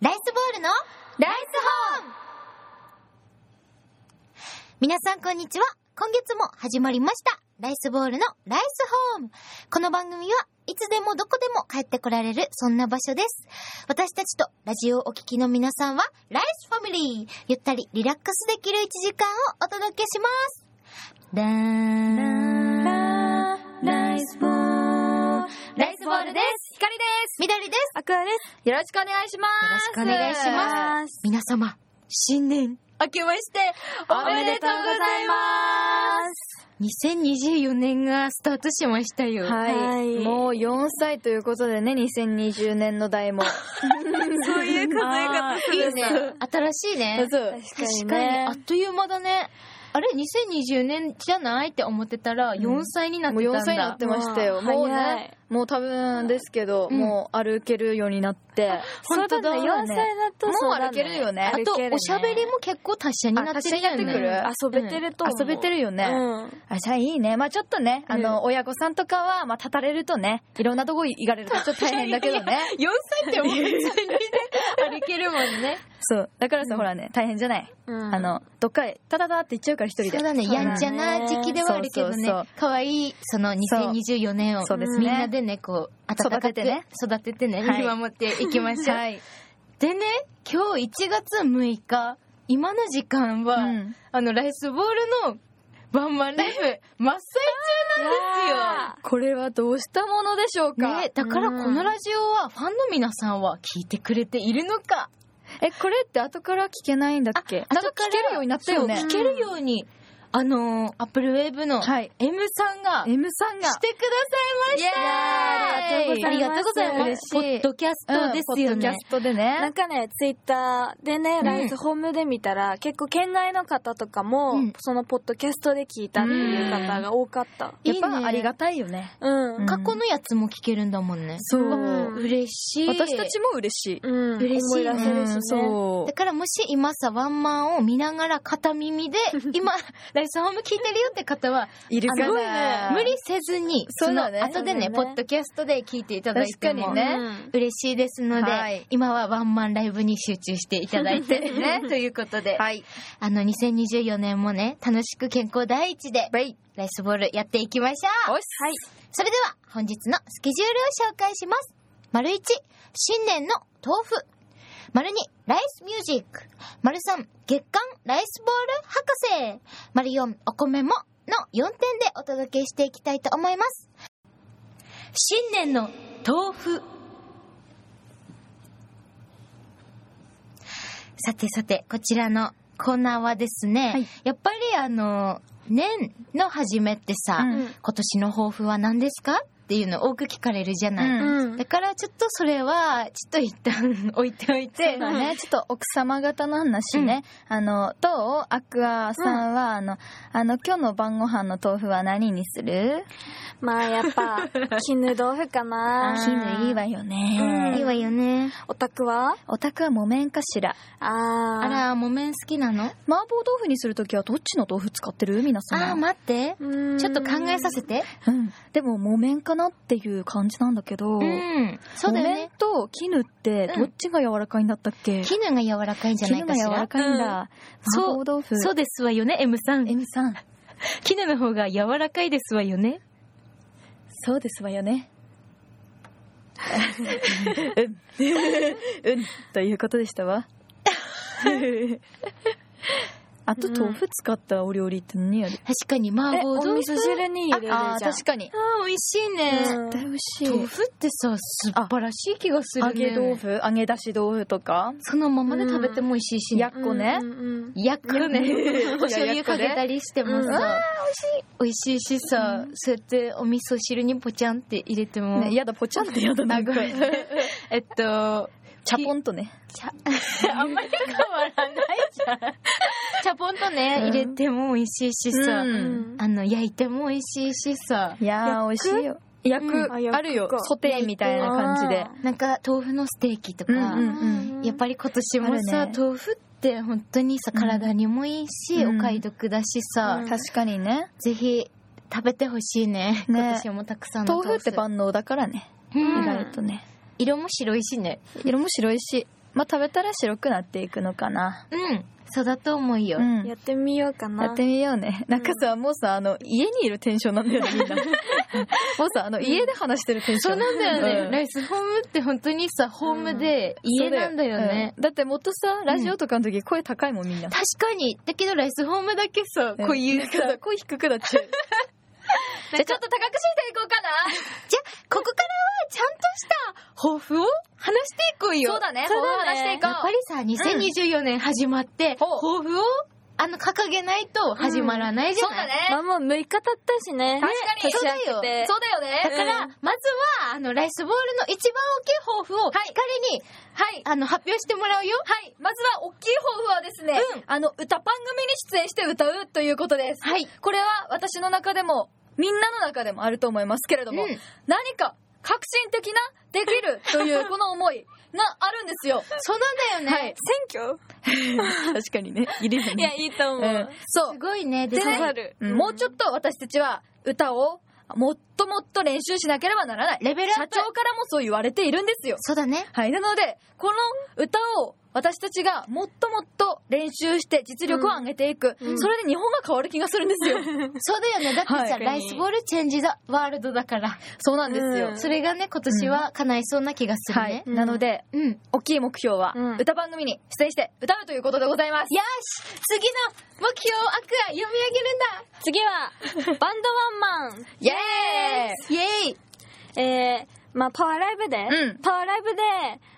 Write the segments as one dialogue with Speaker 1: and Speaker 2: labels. Speaker 1: ライスボールのライスホーム皆さんこんにちは。今月も始まりました。ライスボールのライスホーム。この番組はいつでもどこでも帰ってこられる、そんな場所です。私たちとラジオをお聞きの皆さんは、ライスファミリー。ゆったりリラックスできる1時間をお届けします。だーん。ライスボール。ライスボールです。
Speaker 2: ひかりです
Speaker 1: 緑です。
Speaker 2: アクアですよろしくお願いします
Speaker 1: よろしくお願いします皆様、新年
Speaker 2: 明けましておめでとうございます
Speaker 1: 2024年がスタートしましたよ。
Speaker 2: はい、もう4歳ということでね2020年の 代もそういう数え方する
Speaker 1: いいね。新しいね。
Speaker 2: そう
Speaker 1: 確かに、あっという間だね。あれ、2020年じゃないって思ってたら、4歳になって
Speaker 2: もう
Speaker 1: たんだ。
Speaker 2: 4歳になってましたよもう
Speaker 3: 早
Speaker 2: ね
Speaker 3: い
Speaker 2: もう多分ですけど、
Speaker 1: うん
Speaker 2: もう歩けるようになって
Speaker 3: 本当だ、
Speaker 2: ね
Speaker 3: ね、4歳だと
Speaker 2: もう
Speaker 3: そうだ、ね、
Speaker 2: 歩けるよね
Speaker 1: あと、おしゃべり
Speaker 3: も
Speaker 1: も結構達者になってるよ
Speaker 2: あ達者になって
Speaker 1: ね
Speaker 2: くる。
Speaker 3: 遊べてると思う、
Speaker 2: 遊べてるよね、
Speaker 3: うん
Speaker 2: あ、じゃあいいね。まあちょっとね、あの、親御さんとかは、まあ立たれるとね、いろんなとこ行かれる とちょっと大変だけどね。
Speaker 1: 4歳って思うに ね、歩けるもんね。
Speaker 2: そう。だからさ、ほらね、大変じゃない。
Speaker 3: うん
Speaker 2: あの、どっかへ、タタタって行っちゃうから一人で。
Speaker 1: そうだね、
Speaker 3: そうだね
Speaker 1: やんちゃな時期ではあるけど
Speaker 2: そうそう
Speaker 1: ね
Speaker 2: そう、
Speaker 1: 可愛い、その2024年を
Speaker 2: そうです
Speaker 1: み
Speaker 2: ね
Speaker 1: んなでね、こう、温かく
Speaker 2: 育ててね
Speaker 1: 育ててね、
Speaker 2: はい
Speaker 1: 見守っていきましょう。
Speaker 2: はい。
Speaker 1: でね、今日1月6日、今の時間は、
Speaker 2: うん
Speaker 1: あの、ライスボールのワンマンライブ、真っ最中なんで
Speaker 2: これはどうしたものでしょう
Speaker 1: すよ。
Speaker 2: か、
Speaker 1: ね、だから
Speaker 3: うん
Speaker 1: このラジオはファンの皆さんは聞いてくれているのか
Speaker 2: え、これって後から聞けないんだっけなんか聞けるようになったよね
Speaker 1: そう。聞けるように、あのー、アップルウェーブの
Speaker 2: はい
Speaker 1: M さんが、
Speaker 2: M さんが。
Speaker 1: してくださいました
Speaker 3: イエーイありがとうございます
Speaker 1: ポッドキャストですよ
Speaker 2: うんポッドキャ
Speaker 1: ね。
Speaker 2: ストで
Speaker 3: なん
Speaker 2: ね。
Speaker 3: かね、ツイッターでね、ライスホームで見たら、結構県外の方とかも、
Speaker 1: うん
Speaker 3: そのポッドキャストで聞いたっていう方が多かった。
Speaker 2: やっぱ
Speaker 1: いいね
Speaker 2: ありがたいよね。
Speaker 3: うん。
Speaker 2: ん
Speaker 1: 過去のやつも聞けるんだもんね。
Speaker 2: そう
Speaker 3: うん
Speaker 1: 嬉しい。
Speaker 2: 私たちも嬉しい。
Speaker 3: うん。
Speaker 1: 嬉しいね
Speaker 3: 思い出せるしね。
Speaker 2: そう
Speaker 1: だ。からもし今さ、ワンマンを見ながら片耳 で、今、ライスホーム聞いてるよって方は、
Speaker 2: いるから
Speaker 1: すごい
Speaker 3: ね
Speaker 1: 無理せずに、そ
Speaker 2: そう
Speaker 1: の
Speaker 2: だね
Speaker 1: 後でね、
Speaker 3: そうだね
Speaker 1: ポッドキャストで聞いていただいて
Speaker 2: 確か
Speaker 1: も、
Speaker 2: にね
Speaker 3: うん
Speaker 1: 嬉しいですので、
Speaker 2: はい
Speaker 1: 今はワンマンライブに集中していただいて ね、ということで、
Speaker 2: はい。
Speaker 1: あの、2024年もね、楽しく健康第一で、
Speaker 2: バイ。
Speaker 1: ライスボールやっていきましょう
Speaker 2: おいっす。
Speaker 1: それでは本日のスケジュールを紹介します。丸1、新年の豆腐。丸2、ライスミュージック。丸3、月刊ライスボール博士。丸4、お米もの4点でお届けしていきたいと思います。新年の豆腐。さてさて、こちらのコーナーはですね、
Speaker 2: はい
Speaker 1: やっぱりあの、年の初めってさ、
Speaker 2: うん
Speaker 1: 今年の抱負は何ですかっていうの多く聞かれるじゃない、
Speaker 2: うん
Speaker 3: うん
Speaker 1: だからちょっとそれはちょっと一旦置いておいて、
Speaker 2: そうね、ちょっと奥様方の話ね、あのどうアクアさんは、あのあの今日の晩ご飯の豆腐は何にする
Speaker 3: まあやっぱ、絹豆腐かな。
Speaker 2: 絹いいわよ
Speaker 3: うん
Speaker 1: いい
Speaker 2: ね、
Speaker 1: わよね
Speaker 3: オタクは
Speaker 2: お宅は木綿かしら
Speaker 3: あー。
Speaker 1: あら木綿好きなの
Speaker 2: 麻婆豆腐にするときはどっちの豆腐使ってる皆さん
Speaker 1: あー待って
Speaker 3: うん
Speaker 1: ちょっと考えさせて
Speaker 2: うん、でも木綿かなっていう感じなんだけ
Speaker 1: う
Speaker 2: ど、
Speaker 1: んそうだよね
Speaker 2: 木綿と絹ってどっちが柔らかいんだったっけ、
Speaker 1: 絹が柔らかいんじゃない
Speaker 2: 絹
Speaker 1: か
Speaker 2: が
Speaker 1: し
Speaker 2: 柔ら
Speaker 1: ら
Speaker 2: かいんだ、
Speaker 1: うん
Speaker 2: 麻婆豆腐
Speaker 1: そうですわよね M さん
Speaker 2: M さん
Speaker 1: 絹の方が柔らかいですわよね
Speaker 2: そうですわよね。うん、うん、ということでし たわ。あと豆腐使ったお料理って何やる？
Speaker 1: 確かに麻
Speaker 3: え、
Speaker 1: 婆
Speaker 3: お
Speaker 1: 豆
Speaker 3: 味噌
Speaker 1: 腐
Speaker 3: 汁に入れるじゃん。
Speaker 2: あー、確かに。
Speaker 1: あー美味しいね、
Speaker 3: う
Speaker 2: 絶
Speaker 3: ん
Speaker 2: 対美味しい。
Speaker 1: 豆腐ってさ素晴らしい気がする
Speaker 2: 揚
Speaker 1: ね
Speaker 2: げ豆腐、揚げ出し豆腐とか。
Speaker 1: そのままで食べても美味しいしね、
Speaker 2: やっこね
Speaker 3: うんうんうん
Speaker 1: やっこね。 お醤
Speaker 2: や
Speaker 1: 油
Speaker 2: っこ
Speaker 1: か
Speaker 2: ね
Speaker 1: けたりしても
Speaker 3: うん
Speaker 1: さ、美味しい。美味しいしさ、そうやってお味噌汁にポチャンって入れても。
Speaker 2: ね、やだポチャンってやだな
Speaker 1: あ、
Speaker 2: ん
Speaker 1: ご
Speaker 2: か。
Speaker 1: めん。えっと、
Speaker 2: チャポンとね。
Speaker 1: あんまり変わらないじゃん。チャポンとね、
Speaker 2: うん
Speaker 1: 入れても美味しいしさ、
Speaker 2: うん
Speaker 1: あの、焼いても美味しいしさ、
Speaker 2: いやー美味しいよ。焼く、
Speaker 1: うん
Speaker 3: あ焼く
Speaker 2: あるよ
Speaker 3: か。
Speaker 2: ソテーみたいな感じで。
Speaker 1: なんか豆腐のステーキとか、
Speaker 2: うんうん
Speaker 1: やっぱり今年も
Speaker 2: あ
Speaker 1: さ、
Speaker 2: るね
Speaker 1: 豆腐って本当にさ、体にもいいし、
Speaker 2: うん
Speaker 1: お買い得だしさ、
Speaker 3: うん
Speaker 2: 確かにね。
Speaker 1: ぜひ食べてほしいね。今年もたくさんの
Speaker 2: 豆
Speaker 1: 豆腐
Speaker 2: 腐って万能だからね。
Speaker 1: うん
Speaker 2: 意外とね。
Speaker 1: 色も白いしね。
Speaker 2: 色も白いしまあ食べたら白くなっていくのかな。
Speaker 1: うん。そうだと思うよ。
Speaker 2: うん。
Speaker 3: やってみようかな。
Speaker 2: やってみようね。なんかさ、もうさ、あの、家にいるテンションなんだよね、みんな。もうさ、あの、家で話してるテンショ
Speaker 1: そう
Speaker 2: ン。
Speaker 1: なんだよね、
Speaker 2: うん
Speaker 1: ライスホームって本当にさ、ホームで家なんだよね。
Speaker 2: うんだってもっとさ、ラジオとかの時声高いもん、みんな。
Speaker 1: 確かに。だけどライスホームだけさ、こういうさ、
Speaker 2: なんかさ声低くなっちゃう。
Speaker 1: じゃあちょっと高くしていこうかな。じゃあ、ここからはちゃんとした抱負を話していこうよ。
Speaker 2: そうだね抱負を話していこう
Speaker 1: やっぱりさ、2024年始まって、
Speaker 2: ほう
Speaker 1: 抱負を、あの、掲げないと始まらないじゃない、
Speaker 3: まあもう6日経ったしね。
Speaker 1: 確かに
Speaker 3: 年明けて
Speaker 2: そうだよね。
Speaker 1: だから、まずは、あの、ライスボールの一番大きい抱負を、彼に、
Speaker 2: はい。
Speaker 1: あの、発表してもらうよ。
Speaker 2: はい。まずは、大きい抱負はですね、
Speaker 1: うん
Speaker 2: あの、歌番組に出演して歌うということです。
Speaker 1: はい。
Speaker 2: これは、私の中でも、みんなの中でもあると思いますけれども、
Speaker 1: うん
Speaker 2: 何か、革新的な、できるという、この思いがある んですよ。
Speaker 1: そうなんだよね。
Speaker 2: はい
Speaker 3: 選挙
Speaker 2: 確かにね、いるよ
Speaker 3: いや、いいと思
Speaker 2: う。、
Speaker 3: うん
Speaker 2: そう
Speaker 1: す。ごいね。で
Speaker 3: 刺
Speaker 1: さ
Speaker 3: さる。
Speaker 2: うんもうちょっと私たちは歌をもっともっと練習しなければならない。
Speaker 1: レベルアッ
Speaker 2: 社
Speaker 1: プ
Speaker 2: 長からもそう言われているんですよ。
Speaker 1: そうだね。
Speaker 2: はい。なので、この歌を私たちがもっともっと練習して実力を上げていく。
Speaker 3: うん
Speaker 2: それで日本が変わる気がするんですよ。
Speaker 1: そうだよね。だってさ、
Speaker 2: はい
Speaker 1: ライスボールチェンジザワールドだから。
Speaker 2: そうなんですよ。
Speaker 3: うん
Speaker 1: それがね、今年は叶いそうな気がする
Speaker 2: はい
Speaker 1: ね。。
Speaker 3: うん
Speaker 2: なので、
Speaker 1: うん。
Speaker 2: 大きい目標は
Speaker 3: うん
Speaker 2: 歌番組に出演して歌うということでございます。
Speaker 1: よし次の目標をアクア読み上げる
Speaker 3: 次は、バンドワンマン。
Speaker 2: イエーイ
Speaker 1: んだイエーイ
Speaker 3: えー、まあパワーライブで、
Speaker 2: うん
Speaker 3: パワーライブで、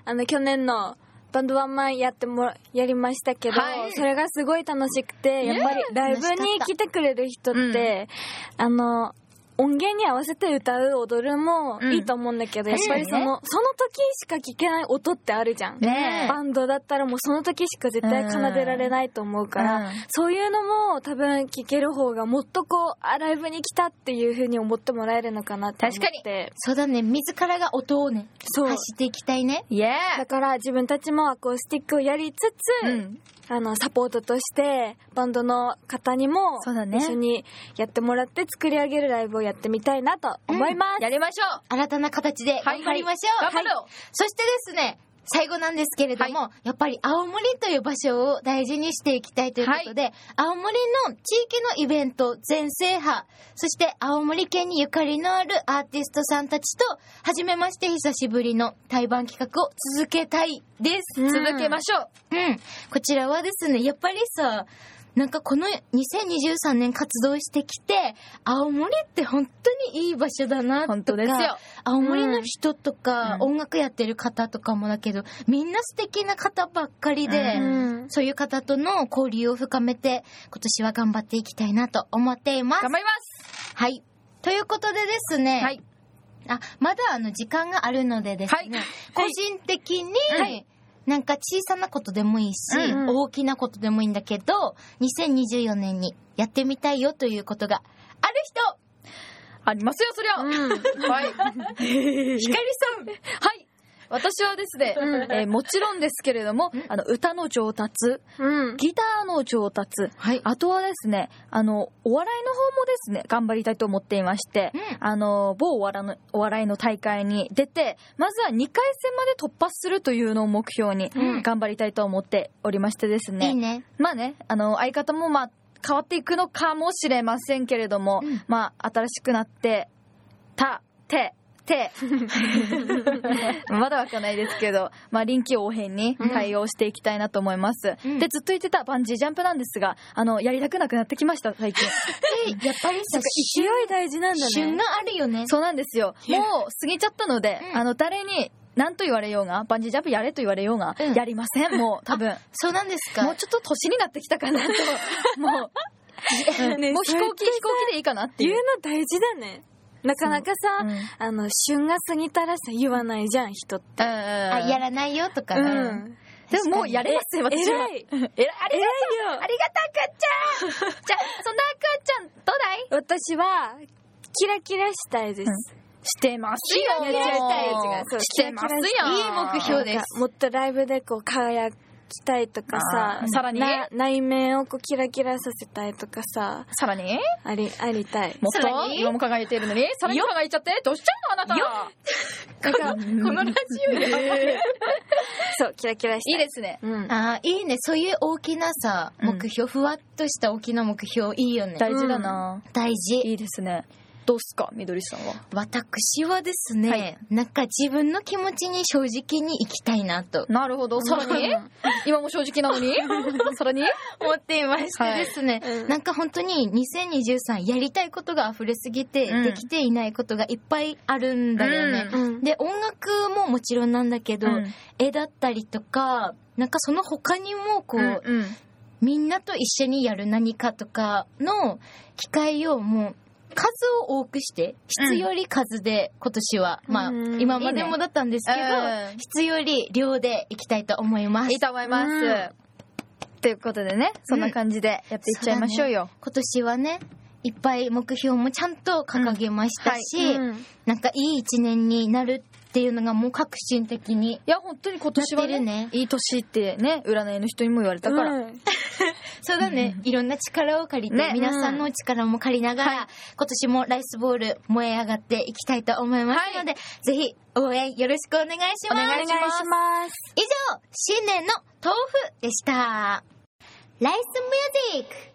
Speaker 3: あの、去年のバンドワンマンやってもら、やりましたけど、
Speaker 2: はい
Speaker 3: それがすごい楽しくて、やっぱりライブに来てくれる人って、あの、音源に合わせて歌う、踊るも
Speaker 2: うん
Speaker 3: いいと思うんだけど、やっぱり
Speaker 2: 確
Speaker 3: そ
Speaker 2: か
Speaker 3: の、
Speaker 2: にね
Speaker 3: その時しか聞けない音ってあるじゃん。
Speaker 2: ねえ
Speaker 3: バンドだったらもうその時しか絶対奏でられないと思うから、
Speaker 2: うん
Speaker 3: そういうのも多分聞ける方がもっとこう、あ、ライブに来たっていう風に思ってもらえるのかなって思って。
Speaker 2: 確
Speaker 1: そうだね、自らが音をね、
Speaker 3: そう
Speaker 1: 発していきたいね。
Speaker 2: イエー
Speaker 3: だ
Speaker 2: イ
Speaker 3: から自分たちもアコースティックをやりつつ、
Speaker 2: うん
Speaker 3: あの、サポートとして、バンドの方にも、
Speaker 2: そうだね
Speaker 3: 一緒にやってもらって作り上げるライブをやってみたいなと思います。
Speaker 2: やりましょう
Speaker 1: 新たな形で
Speaker 2: はい
Speaker 1: 頑張りましょう。
Speaker 2: 頑張ろ
Speaker 1: そしてですね、最後なんですけれども、やっぱり青森という場所を大事にしていきたいということで、青森の地域のイベント全制覇、そして青森県にゆかりのあるアーティストさんたちと、初めまして久しぶりの対バン企画を続けたいです。
Speaker 3: うん
Speaker 2: う続けましょう
Speaker 1: うん。こちらはですね、やっぱりさ、なんかこの2023年活動してきて、青森って本当にいい場所だなとか、
Speaker 2: 本当ですよ
Speaker 1: 青森の人とか、
Speaker 2: うん
Speaker 1: 音楽やってる方とかもだけど、みんな素敵な方ばっかりで、
Speaker 2: う
Speaker 3: うん
Speaker 1: そういう方との交流を深めて、今年は頑張っていきたいなと思っています
Speaker 2: 頑。張ります
Speaker 1: はい。ということでですね、
Speaker 2: はい
Speaker 1: あ、まだあの時間があるのでですね、個
Speaker 3: はい
Speaker 1: 人的に、
Speaker 2: はい
Speaker 1: なんか小さなことでもいいし、
Speaker 2: うん
Speaker 3: うん
Speaker 1: 大きなことでもいいんだけど、2024年にやってみたいよということがある人
Speaker 2: ありますよそりゃ、
Speaker 3: うん
Speaker 2: はい。ひかりさん。はい。私はですね、
Speaker 3: うん
Speaker 2: えーもちろんですけれども、あの、歌の上達、
Speaker 3: うん。
Speaker 2: ギターの上達、
Speaker 1: はい
Speaker 2: あとはですね、あの、お笑いの方もですね、頑張りたいと思っていまして、
Speaker 1: うん
Speaker 2: あの、某お笑いのお笑いの大会に出て、まずは2回戦まで突破するというのを目標に
Speaker 1: うん
Speaker 2: 頑張りたいと思っておりましてですね、
Speaker 1: いいね。
Speaker 2: まあね、あの、相方もまあ、変わっていくのかもしれませんけれども、
Speaker 1: うん
Speaker 2: まあ、新しくなって、た、て、 て、まだわかんないですけど、まあ、臨機応変に対応していきたいなと思います。
Speaker 1: うん
Speaker 2: で、ずっと言ってたバンジージャンプなんですが、あの、やりたくなくなってきました、最近。
Speaker 1: えやっぱりさ、
Speaker 3: 勢い大事なんだね。
Speaker 1: 旬があるよね。
Speaker 2: そうなんですよ。もう過ぎちゃったので、
Speaker 1: うん
Speaker 2: あの、誰に、何と言われようが、バンジージャンプやれと言われようが、
Speaker 1: うん
Speaker 2: やりません、もう、多分。
Speaker 1: そうなんですか
Speaker 2: もうちょっと年になってきたか なと、もう、うん
Speaker 3: ね
Speaker 2: もう飛行機、飛行機でいいかなって
Speaker 3: 言う
Speaker 2: い
Speaker 3: の
Speaker 2: う。
Speaker 3: 大事だね。なかなかさ、
Speaker 2: うん
Speaker 3: あの、旬が過ぎたらさ、言わないじゃん、人って。
Speaker 1: あ、
Speaker 2: あ
Speaker 1: やらないよとか
Speaker 3: う
Speaker 1: ね。
Speaker 3: ん。
Speaker 2: でももうやれますよ、
Speaker 3: え
Speaker 2: 私は。
Speaker 3: 偉い。
Speaker 2: えらありがと。
Speaker 3: 偉いよ
Speaker 2: うありがとう、 かっちゃんじゃあ、そんなかっちゃん、どうだい
Speaker 3: 私は、キラキラしたいです。
Speaker 2: してます
Speaker 3: キラキラしたいやつがそう
Speaker 2: してますよ
Speaker 3: キラキラした
Speaker 1: いい目標です
Speaker 3: なんかもっとライブでこう輝きたいとか
Speaker 2: あ
Speaker 3: さ
Speaker 2: ーさらに
Speaker 3: な内面をこうキラキラさせたいとかさ
Speaker 2: さらに
Speaker 3: ありありたい
Speaker 2: も
Speaker 1: さら
Speaker 2: っと
Speaker 1: に
Speaker 2: 今も輝いているのに、さらに輝いちゃって、どうしちゃうのあなた
Speaker 1: このこのラジオや
Speaker 3: そうキラキラしたい
Speaker 2: いいですね。
Speaker 3: うん
Speaker 1: あーいいねそういう大きなさ
Speaker 2: うん
Speaker 1: 目標、ふわっとした大きな目標いいよね
Speaker 2: 大事だな、
Speaker 1: 大事
Speaker 2: いいですね。どうっすか、みどりさんは。
Speaker 1: 私はですね、
Speaker 2: はい
Speaker 1: なんか自分の気持ちに正直に生きたいなと
Speaker 2: なるほど。さらに
Speaker 3: うん
Speaker 2: 今も正直なの にさらに
Speaker 1: 思っていましてですね、
Speaker 3: はいうん
Speaker 1: なんか本当に2023やりたいことが溢れすぎて、
Speaker 2: うん
Speaker 1: できていないことがいっぱいあるんだよね、
Speaker 3: うん
Speaker 1: で音楽ももちろんなんだけど、
Speaker 2: うん
Speaker 1: 絵だったりとかなんかその他にもこう、
Speaker 2: うんうん
Speaker 1: みんなと一緒にやる何かとかの機会をもう数を多くして質より数で今年は、
Speaker 3: うん
Speaker 1: まあ
Speaker 3: うん
Speaker 1: 今までもだったんですけど
Speaker 2: うん
Speaker 1: 質より量でいきたいと思います
Speaker 2: いいと思います。ということでね、そんな感じでやっていっちゃいましょうよ。
Speaker 1: 今年はねいっぱい目標もちゃんと掲げましたし、
Speaker 3: うん
Speaker 1: なんかいい一年になるっていうのがもう革新的に
Speaker 2: いや、本当に今年
Speaker 1: や
Speaker 2: は
Speaker 1: っ
Speaker 2: ね、
Speaker 1: てるね
Speaker 2: いい年ってね、占いの人にも言われたから。
Speaker 3: うん
Speaker 1: そうだね、いろんな力を借りて、
Speaker 2: ね
Speaker 1: 皆さんの力も借りながら、
Speaker 2: は
Speaker 1: 今年もライスボール燃え上がっていきたいと思いますので、ぜひ応援よろしくお願いします。
Speaker 2: お願いします
Speaker 3: ます
Speaker 1: 以上、新年の豆腐でした。ライスミュージック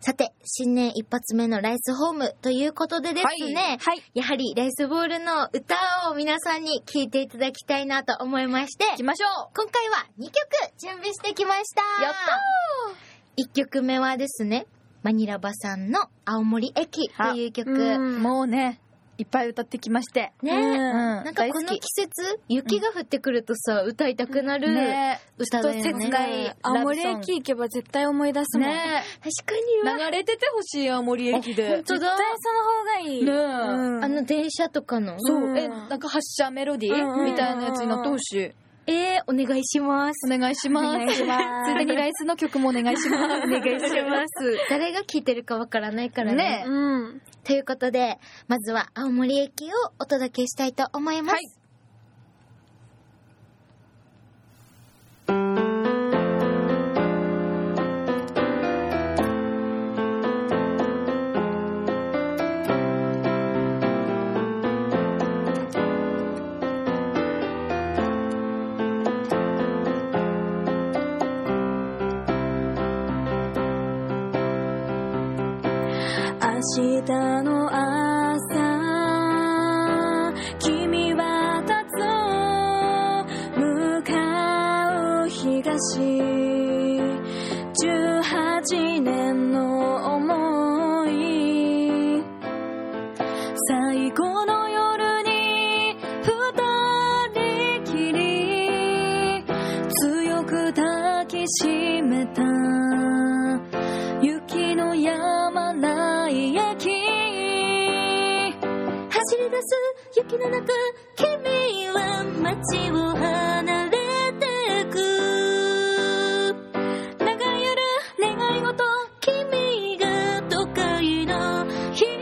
Speaker 1: さて、新年一発目のライスホームということでですね、
Speaker 2: はいはい
Speaker 1: やはりライスボールの歌を皆さんに聴いていただきたいなと思いまして、
Speaker 2: 行きましょう
Speaker 1: 今回は2曲準備してきました
Speaker 2: やった
Speaker 1: 1曲目はですねマニラバさんの「青森駅」という曲
Speaker 3: うん
Speaker 2: もうね、いっぱい歌ってきまして。
Speaker 1: ね
Speaker 3: うん
Speaker 1: なんかこの季節雪が降ってくるとさ歌いたくなる、
Speaker 2: ね
Speaker 1: 歌だよね
Speaker 2: ちょっと切ない
Speaker 3: 青
Speaker 2: ラブ
Speaker 3: 森
Speaker 2: ソング
Speaker 3: 駅行けば絶対思い出すもん
Speaker 2: ね
Speaker 1: 確かに
Speaker 2: 流れててほしい青森駅で。
Speaker 1: 本当だ
Speaker 3: 絶対その方がいい
Speaker 2: ねえ
Speaker 3: うん
Speaker 1: あの電車とかの
Speaker 2: そうう、
Speaker 3: ん
Speaker 2: え、なんか発車メロディ
Speaker 3: うんうんうん
Speaker 2: ー
Speaker 3: うん
Speaker 2: みたいなやつになってほしい。
Speaker 1: えー、お願いします
Speaker 2: お願いします。
Speaker 3: お願いします
Speaker 2: ついでにライスの曲もお願いします。お願いします。
Speaker 1: 誰が聴いてるかわからないからね
Speaker 2: ね
Speaker 3: うん
Speaker 1: ということでまずは青森駅をお届けしたいと思います、
Speaker 2: はい
Speaker 3: 明日の朝君は立つ向かう東18年の思い最高の夜に二人きり強く抱きしめた雪の山ない駅
Speaker 1: 走り出す雪の中君は街を離れてく
Speaker 3: 長い夜願い事
Speaker 1: 君が都会の人に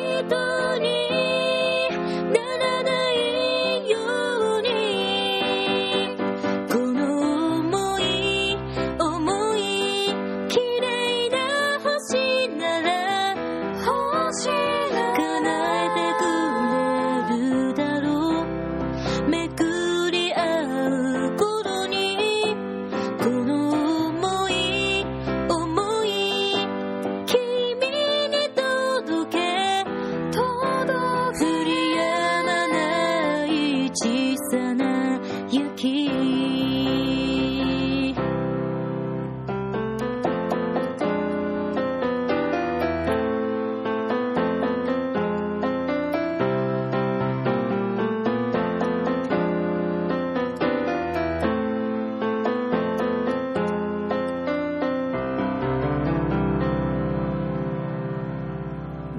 Speaker 1: ならないようにこの想い思い綺麗な星なら
Speaker 3: 星
Speaker 1: 叶えてくれるだろうめくり合う頃にこの想い想い君に届け届降り止まない小さな雪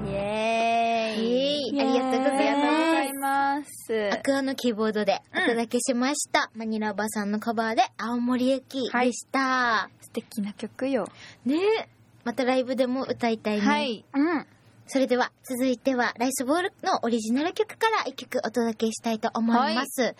Speaker 2: イエーイ。
Speaker 1: ありがとうご
Speaker 2: あり
Speaker 1: ざい
Speaker 2: が
Speaker 1: ま
Speaker 2: とうご
Speaker 1: す
Speaker 2: ざいます。
Speaker 1: アクアのキーボードでお届けしました、マニラおばさんのカバーで青森駅でした、
Speaker 2: 素敵な曲よ。
Speaker 1: ねえまたライブでも歌いたいね、
Speaker 2: はい。
Speaker 3: うん
Speaker 1: それでは続いてはライスボールのオリジナル曲から一曲お届けしたいと思います、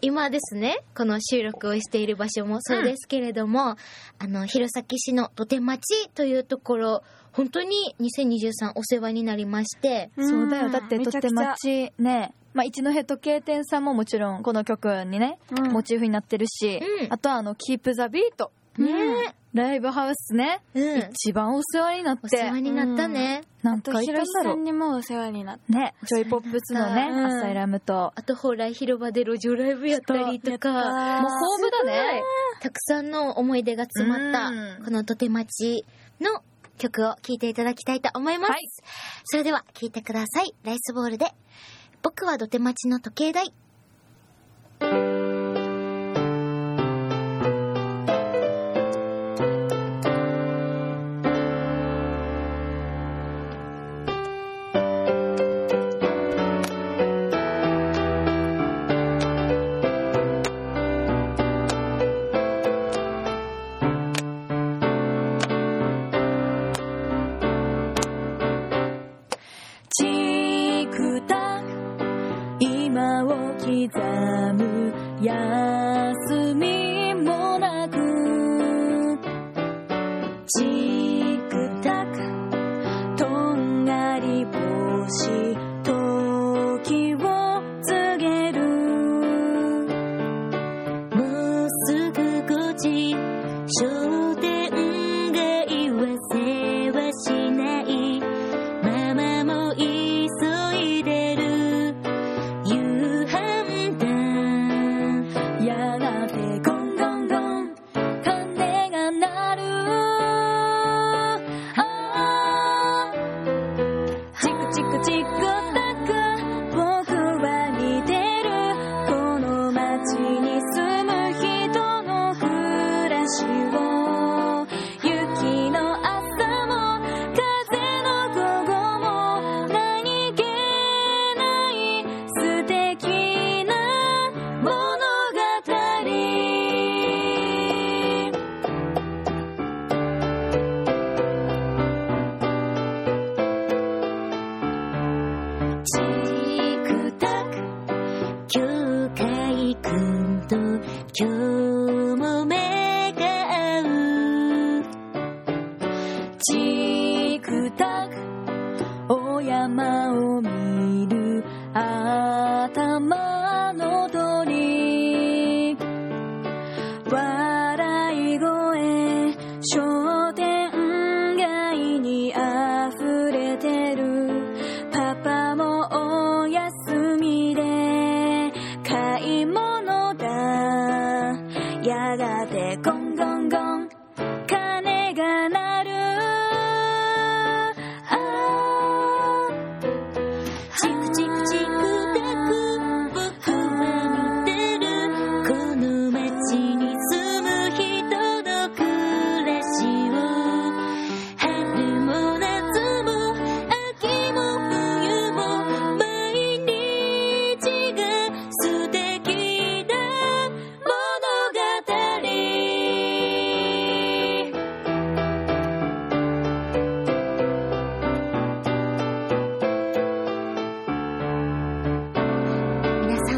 Speaker 1: 今ですね、この収録をしている場所もそうですけれども、あの、弘前市の土手町というところ、本当に2023お世話になりまして、
Speaker 2: そうだよ。だって、
Speaker 3: め
Speaker 2: と
Speaker 3: ちゃ
Speaker 2: っ
Speaker 3: くち
Speaker 2: て
Speaker 3: ゃ
Speaker 2: 町ね、まあ、一戸時計店さんももちろん、この曲にね、
Speaker 3: うん
Speaker 2: モチーフになってるし、
Speaker 1: うん
Speaker 2: あとはあの、キープザビート。
Speaker 1: ね
Speaker 2: ライブハウスね、
Speaker 1: え。うん。
Speaker 2: 一番お世話になっ
Speaker 1: お
Speaker 2: て、
Speaker 1: 世話になったね。
Speaker 2: なんか
Speaker 3: と
Speaker 2: い
Speaker 3: ひ
Speaker 2: た
Speaker 3: ろし
Speaker 2: んだ
Speaker 3: さ
Speaker 2: ろ
Speaker 3: ん
Speaker 2: う。
Speaker 3: にもお世話になって
Speaker 2: ね、ジョイポップスのね、
Speaker 3: うん
Speaker 2: アサイラムと、
Speaker 1: あと、ほら、広場で路上ライブやったりとか、
Speaker 2: もう豊富だね。
Speaker 1: たくさんの思い出が詰まっ
Speaker 2: う
Speaker 1: た、
Speaker 2: ん
Speaker 1: この土手町の曲を聴いていただきたいと思います。
Speaker 2: はい
Speaker 1: それでは聴いてください。ライスボールで、僕は土手町の時計台。
Speaker 2: チクタ今を刻む休みもなくチクタクとんがり星時を告げるもうすぐ5時商店街は世話しないママも急いでる夕飯だやがてゴンゴンゴン鐘が鳴るあーチクチクチクタク僕は似てるこの街に住む人の暮らしを雪の朝も風の午後も何気ない素敵な物語チクタク教会くんと今日も目が合うチクタクお山を見る頭の鳥笑い声商店街に溢れてるパパもお休みで買い物だやがてゴンゴンゴン鐘が鳴るあーチクチクチクタク僕は見てるこの街に住む人の暮らしを春も夏も秋も冬も毎日が素敵な物語
Speaker 1: 皆さ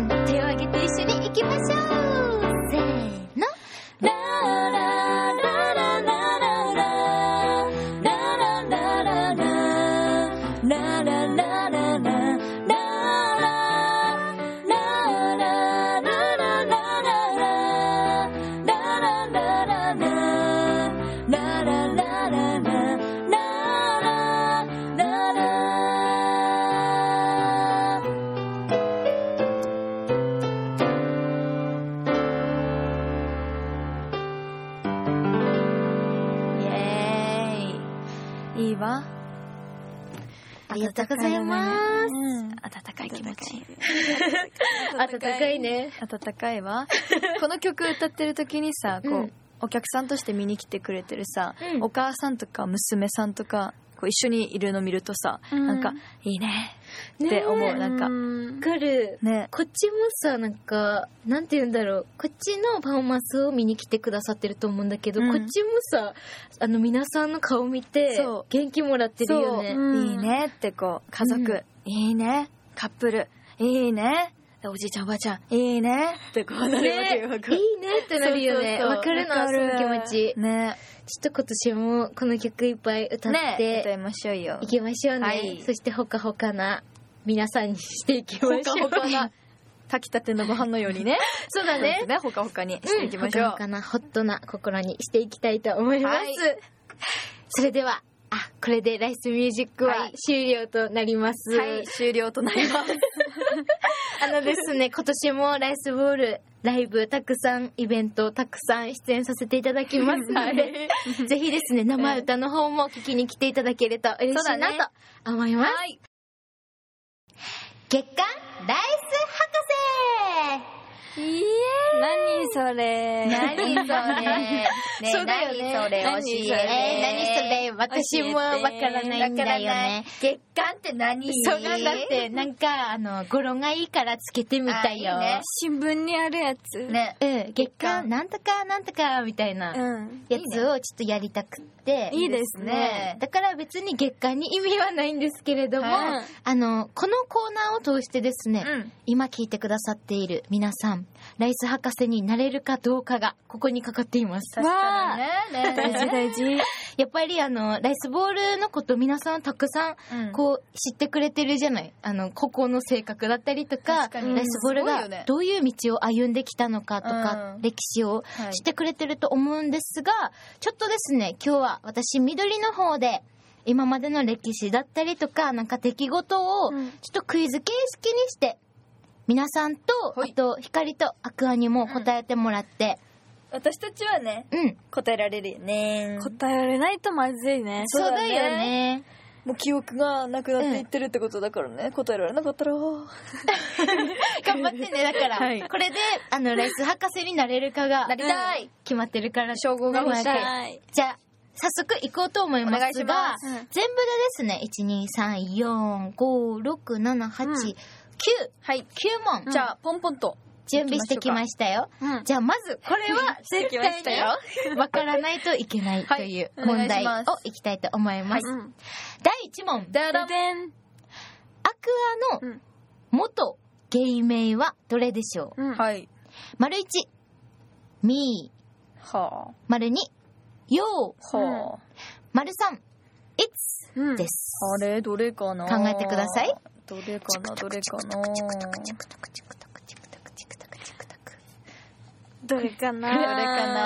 Speaker 1: ん手を挙げて一緒に行きましょうせーの
Speaker 2: ラララララララララララララララララライエーイいいわ
Speaker 1: ありがとうございます
Speaker 2: 温かい気持ちいい
Speaker 1: 暖かいね
Speaker 2: 温かいわ この曲歌ってる時にさこう、
Speaker 1: うん
Speaker 2: お客さんとして見に来てくれてるさ、
Speaker 1: うん
Speaker 2: お母さんとか娘さんとかこう一緒にいるの見るとさ、
Speaker 3: うん
Speaker 2: なんかいいねって思う、
Speaker 1: ねえ
Speaker 2: なんか
Speaker 1: わかる
Speaker 2: ね
Speaker 1: こっちもさなんかなんて言うんだろうこっちのパフォーマンスを見に来てくださってると思うんだけど、
Speaker 2: うん
Speaker 1: こっちもさあの皆さんの顔見て
Speaker 2: そう
Speaker 1: 元気もらってるよね
Speaker 2: そういいねってこう家族、いいねカップルいいね
Speaker 3: おじいちゃんおばあちゃん、
Speaker 2: いいね。
Speaker 3: ってこうなるわけよ。わか
Speaker 1: い
Speaker 3: る
Speaker 1: いねってなるよね。
Speaker 3: そうそうそう
Speaker 1: わかるな、
Speaker 3: わ
Speaker 1: そ
Speaker 3: かる
Speaker 1: の気持ち。
Speaker 2: ね。
Speaker 1: ちょっと今年もこの曲いっぱい歌っ
Speaker 2: ね。歌
Speaker 1: て
Speaker 2: いましょうよ
Speaker 1: い。きましょうね。
Speaker 2: はい
Speaker 1: そしてほかほかな皆さんにしていき ましょう。
Speaker 2: ほかほかな。炊きたてのご飯のようにね。
Speaker 1: そうだ
Speaker 2: そうです
Speaker 1: ね。
Speaker 2: ね。ほかほかにしていきまし
Speaker 1: ん
Speaker 2: ょう
Speaker 1: ほか。ほかなホットな心にしていきたいと思います。
Speaker 2: はい
Speaker 1: それでは、あ、これでライスミュージックは
Speaker 2: はい
Speaker 1: 終了となります。
Speaker 2: はい、終了となります。
Speaker 1: あのですね、今年もライスボール、ライブ、たくさん、イベント、たくさん出演させていただきますので、 ぜひですね、生歌の方も聞きに来ていただけると嬉しいな
Speaker 2: そうだ
Speaker 1: と思います。
Speaker 2: はい。
Speaker 1: 月刊ライス博士イエ
Speaker 3: 何それ。
Speaker 2: 何 それ。ね
Speaker 1: そうだよね
Speaker 2: 何
Speaker 3: 何
Speaker 2: それ教
Speaker 3: それ
Speaker 2: え
Speaker 1: え
Speaker 2: て。
Speaker 1: 何それ私もわからないんだよね。
Speaker 2: 月間って何
Speaker 1: そうなんだって、なんか、あの、語呂がいいからつけてみたよ。
Speaker 2: あいいね
Speaker 3: 新聞にあるやつ。。
Speaker 2: ね。
Speaker 1: うん、月刊なんとかなんとかみたいなや
Speaker 3: うん。
Speaker 1: つをちょっとやりたくって。
Speaker 3: いいですね。
Speaker 1: だから別に月間に意味はないんですけれども、
Speaker 2: はい
Speaker 1: あの、このコーナーを通してですね、
Speaker 2: うん
Speaker 1: 今聞いてくださっている皆さん、ライス博士になれるかどうかがここにかかっています。
Speaker 2: 確かにね。
Speaker 3: 大事
Speaker 2: ね
Speaker 3: 大事。
Speaker 1: やっぱりあの、ライスボールのこと皆さんたくさん
Speaker 2: うん
Speaker 1: こう知ってくれてるじゃないあの、個々の性格だったりとか、
Speaker 2: 確
Speaker 1: ラ
Speaker 2: か
Speaker 1: イ
Speaker 2: に
Speaker 1: スボール
Speaker 2: すごい
Speaker 1: が
Speaker 2: よね
Speaker 1: どういう道を歩んできたのかとか
Speaker 2: う、ん
Speaker 1: 歴史を
Speaker 2: はい
Speaker 1: 知ってくれてると思うんですが、ちょっとですね、今日は私緑の方で、今までの歴史だったりとか、なんか出来事を、ちょ
Speaker 3: うん
Speaker 1: っとクイズ形式にして、皆さんと、
Speaker 2: はい
Speaker 1: あと、光とアクアにも答えてもらって、
Speaker 2: 私たちはね、
Speaker 1: うん。
Speaker 2: 答えられるよね。
Speaker 3: 答えられないとまずいね。
Speaker 2: そうだね
Speaker 1: ね。
Speaker 2: もう記憶がなくなっていってるってことだからね。答えられなかったら。
Speaker 1: 頑張ってね、だから。
Speaker 2: はい
Speaker 1: これで、あ の、ライス博士になれるかが、
Speaker 2: なりたい
Speaker 1: 決まってるから。
Speaker 2: 称号が欲しい
Speaker 1: 頑張って
Speaker 3: はい。
Speaker 1: じゃあ、早速行こうと思いますが、
Speaker 2: お願いします
Speaker 1: 全部でですね、1、2、3、4、5、6、7、8、
Speaker 3: う
Speaker 1: 9、
Speaker 3: ん
Speaker 2: はい。
Speaker 1: 9問、
Speaker 2: じゃあ、ポンポンと。
Speaker 1: 準備してきましたよ。
Speaker 3: うん。
Speaker 1: じゃあ、まず、これは、
Speaker 2: してきましたよ
Speaker 1: 絶対にわからないといけないと
Speaker 2: はい
Speaker 1: いう
Speaker 2: お願
Speaker 1: 問
Speaker 2: いし
Speaker 1: 題
Speaker 2: ます
Speaker 1: をいきたいと思います。
Speaker 3: うん。
Speaker 1: 第1問、アク
Speaker 2: だら
Speaker 3: ででん。
Speaker 1: ア
Speaker 3: う
Speaker 1: の
Speaker 3: ん。
Speaker 1: 元芸名はどれでしょう
Speaker 3: うん。
Speaker 2: はい。
Speaker 1: 丸1、ミー。
Speaker 2: は
Speaker 1: 丸二、よう。
Speaker 2: あ。は
Speaker 1: 丸三、いつ
Speaker 3: うん
Speaker 1: です。
Speaker 2: あ。あれ、どれかな
Speaker 1: 考えてください。
Speaker 2: どれかなどれかな
Speaker 3: どれかな
Speaker 2: どれかな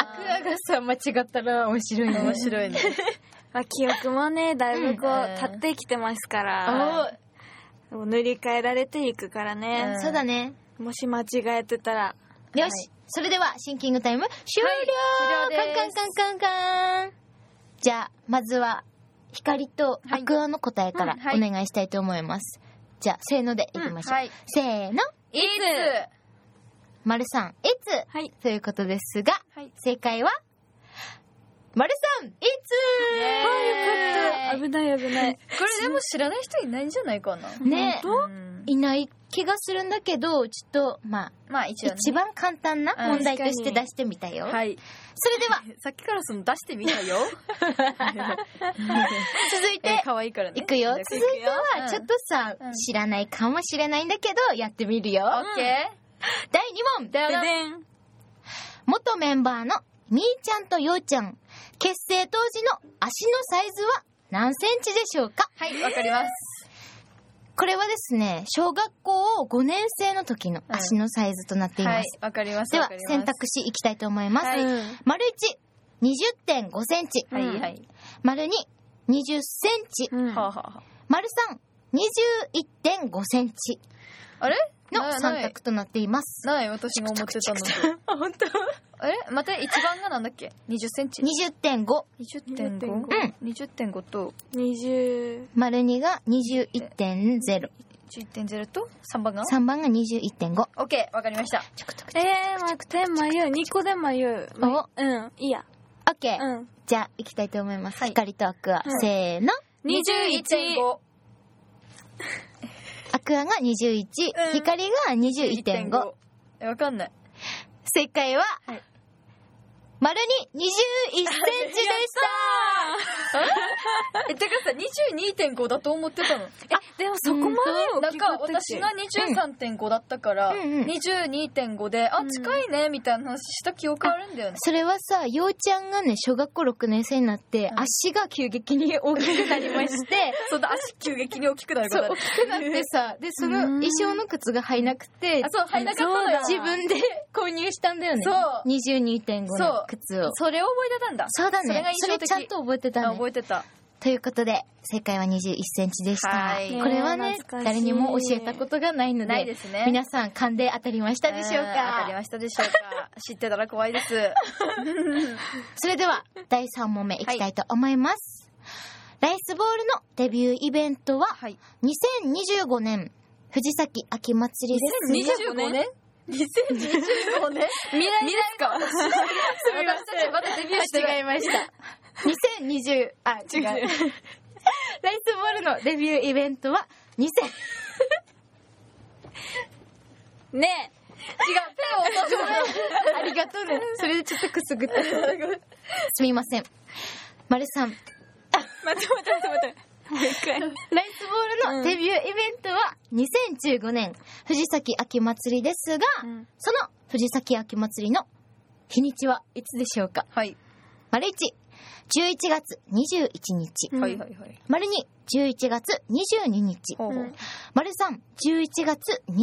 Speaker 1: アクアがさ、間違ったら面白いね。
Speaker 2: 面白いね。
Speaker 3: まあ、記憶もね、だいぶこ
Speaker 2: うん
Speaker 3: う、立ってきてますか
Speaker 1: お
Speaker 3: ら、
Speaker 1: ー
Speaker 3: もう塗り替えられていくからね。
Speaker 1: そうだね。
Speaker 3: もし間違えてたら、
Speaker 1: よし。それでは、シンキングタイム終
Speaker 2: はい
Speaker 1: 了
Speaker 2: 終
Speaker 1: カ
Speaker 2: 了
Speaker 1: ン
Speaker 2: です
Speaker 1: カンカンカンカン。じゃあ、まずは、光とアクアの答えから
Speaker 2: うんは
Speaker 1: お
Speaker 2: い
Speaker 1: 願いしたいと思います。じゃあ、せーのでいきましょう
Speaker 2: うんはい。
Speaker 1: せーの。
Speaker 2: いつ
Speaker 1: 丸三、いつ
Speaker 3: はい。
Speaker 1: ということですが、
Speaker 2: はい。
Speaker 1: 正解は、丸三、いつ
Speaker 2: イエーイ
Speaker 3: 危ない 危ない。
Speaker 2: これでも知らない人いないんじゃないかな。
Speaker 1: ね
Speaker 2: うん
Speaker 1: いない気がするんだけど、ちょっと、まあ、
Speaker 2: まあ一応ね。
Speaker 1: 一番簡単な問題として出してみたよ。
Speaker 2: はい。
Speaker 1: それで は、
Speaker 2: さっきからその出してみた よ。
Speaker 1: 続い
Speaker 2: え
Speaker 1: て、
Speaker 2: 可愛いからね。
Speaker 1: いくよ。
Speaker 2: じゃあ
Speaker 1: 続いては、ちょっとさ
Speaker 2: うん、
Speaker 1: 知らないかもしれないんだけど、やってみるよ。
Speaker 2: オッケ
Speaker 1: 第2問
Speaker 2: ー。
Speaker 3: で
Speaker 2: で
Speaker 3: でん。
Speaker 1: 元メンバーのみーちゃんとようちゃん、結成当時の足のサイズは何センチでしょうか
Speaker 2: はい、わかります。
Speaker 1: これはですね、小学校5年生の時の足のサイズとなってい
Speaker 2: は
Speaker 1: ま
Speaker 2: い
Speaker 1: す。、
Speaker 2: わかります。
Speaker 1: で
Speaker 2: わ
Speaker 1: は
Speaker 2: かり、ます
Speaker 1: 選。択肢いきたいと思います。
Speaker 2: はい
Speaker 3: うん
Speaker 1: 丸1、20.5センチ。
Speaker 2: はいはい。
Speaker 1: 丸2、20センチ。
Speaker 3: うん
Speaker 2: はあ、はあはあ、
Speaker 1: 丸3、21.5センチ
Speaker 2: あれ
Speaker 1: の
Speaker 2: な
Speaker 1: 3択となっています。
Speaker 2: ない、ない私が思ってたのと。
Speaker 1: あ、本当
Speaker 2: あれまた一番がなんだっけ ?20 センチ。
Speaker 1: ?20.5。
Speaker 2: 20.5?
Speaker 3: うん
Speaker 2: 20.5と
Speaker 3: 20
Speaker 1: 丸2が21.0。
Speaker 2: 11.0と3番が
Speaker 1: 3番が21.5。
Speaker 2: オッケー、わかりました。
Speaker 1: ちょくちょくちょく。
Speaker 3: えー、待って迷う2個で迷う
Speaker 1: お
Speaker 3: うんいいや
Speaker 1: オッケー。
Speaker 3: うん
Speaker 1: じゃあ、行きたいと思います。
Speaker 2: はい
Speaker 1: 光とアクア。
Speaker 3: ん
Speaker 1: せーの。
Speaker 2: 21.5。
Speaker 1: アクアが21、
Speaker 2: ん
Speaker 1: 光が21.5。
Speaker 2: えわかんない。
Speaker 1: 正解は、
Speaker 2: はい
Speaker 1: 丸2、21センチでした
Speaker 2: え、てかさ、22.5だと思ってたの。
Speaker 3: え、でもそこまで
Speaker 2: な
Speaker 3: 大
Speaker 2: ん
Speaker 3: きか
Speaker 2: か
Speaker 3: ったっ
Speaker 2: 私
Speaker 3: け
Speaker 2: が23.5だったから、
Speaker 1: うんうんうん
Speaker 2: 22.5で、あ、近いね、みたいな話した記憶あるんだよね。
Speaker 1: それはさ、ようちゃんがね、小学校6年生になって、
Speaker 2: ん
Speaker 1: 足が急激に大きくなりま して、
Speaker 2: そうだ、足急激に大きくなるこ
Speaker 1: そ
Speaker 2: と
Speaker 1: う、大
Speaker 2: だ
Speaker 1: きくなってさ、で、その
Speaker 3: うん
Speaker 1: 衣装の靴が入らなくて
Speaker 2: あ、、そう、入らなかったのよ。
Speaker 1: 自分で購入したんだよね。
Speaker 2: そう
Speaker 1: 22.5
Speaker 2: そ
Speaker 1: の
Speaker 2: う
Speaker 1: 靴を。
Speaker 2: それを覚えてたんだ。
Speaker 1: そうだね。
Speaker 2: それが印
Speaker 1: そ
Speaker 2: 象
Speaker 1: れ
Speaker 2: 的
Speaker 1: ちゃんと覚えて
Speaker 2: あ
Speaker 1: たね
Speaker 2: 覚。えてた。
Speaker 1: ということで、正解は21センチでした
Speaker 2: は。い
Speaker 1: これはね
Speaker 3: ねえ、懐かしい
Speaker 1: 誰にも教えたことがないの
Speaker 2: ない
Speaker 1: で
Speaker 2: で、すね。
Speaker 1: 皆さん勘で当たりましたでしょう
Speaker 2: えー当たり
Speaker 1: か
Speaker 2: ましたでしょうか。知ってたら怖いです。
Speaker 1: それでは、第3問目いきたいと思います。ライスボールのデビューイベントは、
Speaker 2: はい。
Speaker 1: 2025年、藤崎秋祭りです。
Speaker 2: 25年 ?2025 年
Speaker 3: 未来
Speaker 2: 未来か私たちまだデビューしてない。
Speaker 1: 違いました。2020、あ、違う。ライスボールのデビューイベントは、2000、
Speaker 2: 違う、ペンを落と
Speaker 3: ね
Speaker 2: して
Speaker 1: ありがとうね。それでちょっとくすぐった。すみません。丸さん、
Speaker 3: 待って待って待って待って。もう一 回。
Speaker 1: ライスボールのデビューイベントは2015年藤崎秋祭りですが、
Speaker 3: うん
Speaker 1: その藤崎秋祭りの日にちはいつでしょうか
Speaker 2: はい。
Speaker 1: 丸1、11月21日。
Speaker 3: うん
Speaker 2: はいはいはい。
Speaker 1: 丸2、11月22日。
Speaker 2: ほうほう
Speaker 3: うん
Speaker 1: 丸3、11月23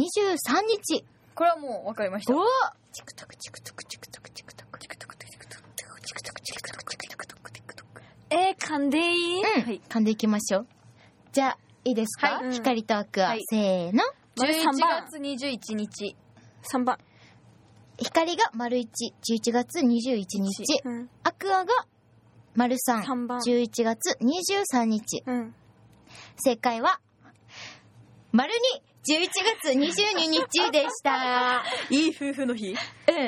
Speaker 1: 日。
Speaker 2: これはもう分かりました。
Speaker 1: お
Speaker 2: チクタクチクタクチクタクチクタクチクタクチクタクチクタクチクタクチクタクチクタクチクタク
Speaker 3: えー、噛んでい
Speaker 1: う
Speaker 3: い
Speaker 1: ん、噛んでいきましょう。じゃあ、いいですか、
Speaker 2: はい
Speaker 3: うん
Speaker 1: 光と悪は、
Speaker 2: はい
Speaker 1: せーの。
Speaker 2: 11
Speaker 3: ?11 番。
Speaker 2: 月21日。
Speaker 3: 3番。
Speaker 1: 光が丸1、11月21日。
Speaker 3: うん。
Speaker 1: アクアが丸三
Speaker 3: 三番
Speaker 1: 11月23日
Speaker 3: うん。
Speaker 1: 正解は丸2 11月22日でした。
Speaker 2: いい夫婦の日
Speaker 1: うん。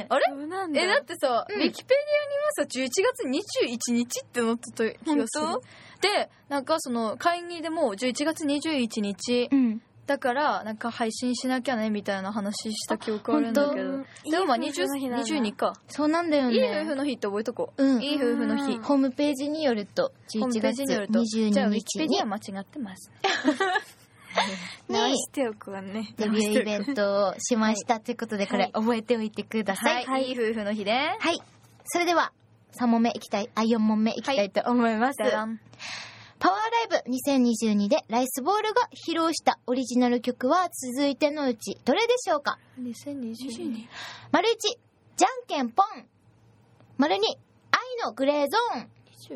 Speaker 2: あれ
Speaker 3: そうなんだ。
Speaker 2: え、だってさ、ウ
Speaker 1: うん
Speaker 2: ィキペディアにはさ、11月21日って載ってた気がする
Speaker 3: 本。
Speaker 2: で、なんかその、会議でも11月21日
Speaker 1: うん。
Speaker 2: だから、なんか配信しなきゃね、みたいな話した記憶あるんだけ
Speaker 3: あ
Speaker 2: ど
Speaker 3: 本。当
Speaker 2: でもまあ
Speaker 3: いい夫婦の日なんだ
Speaker 2: 20 22か。
Speaker 1: そうなんだよね。
Speaker 2: いい夫婦の日って覚えとこう。
Speaker 1: うん
Speaker 2: いい夫婦の日。
Speaker 1: ホームページによると、11
Speaker 2: ホームペー
Speaker 1: 月
Speaker 2: ジによると。
Speaker 1: 22日に
Speaker 2: じゃあ、ウィキペディア間違ってます。
Speaker 3: 直しておくわね。
Speaker 1: デビューイベントをしましたということで、これ覚えておいてください。
Speaker 2: はい。いい夫婦の日で。
Speaker 1: はい。それでは、3問目いきたい、あ、4問目いきたいと思います。
Speaker 2: じゃらん。
Speaker 1: パワーライブ2022でライスボールが披露したオリジナル曲は続いてのうちどれでしょうか
Speaker 2: 2020年。
Speaker 1: 丸1、じゃんけんぽん。丸2、愛のグレーゾー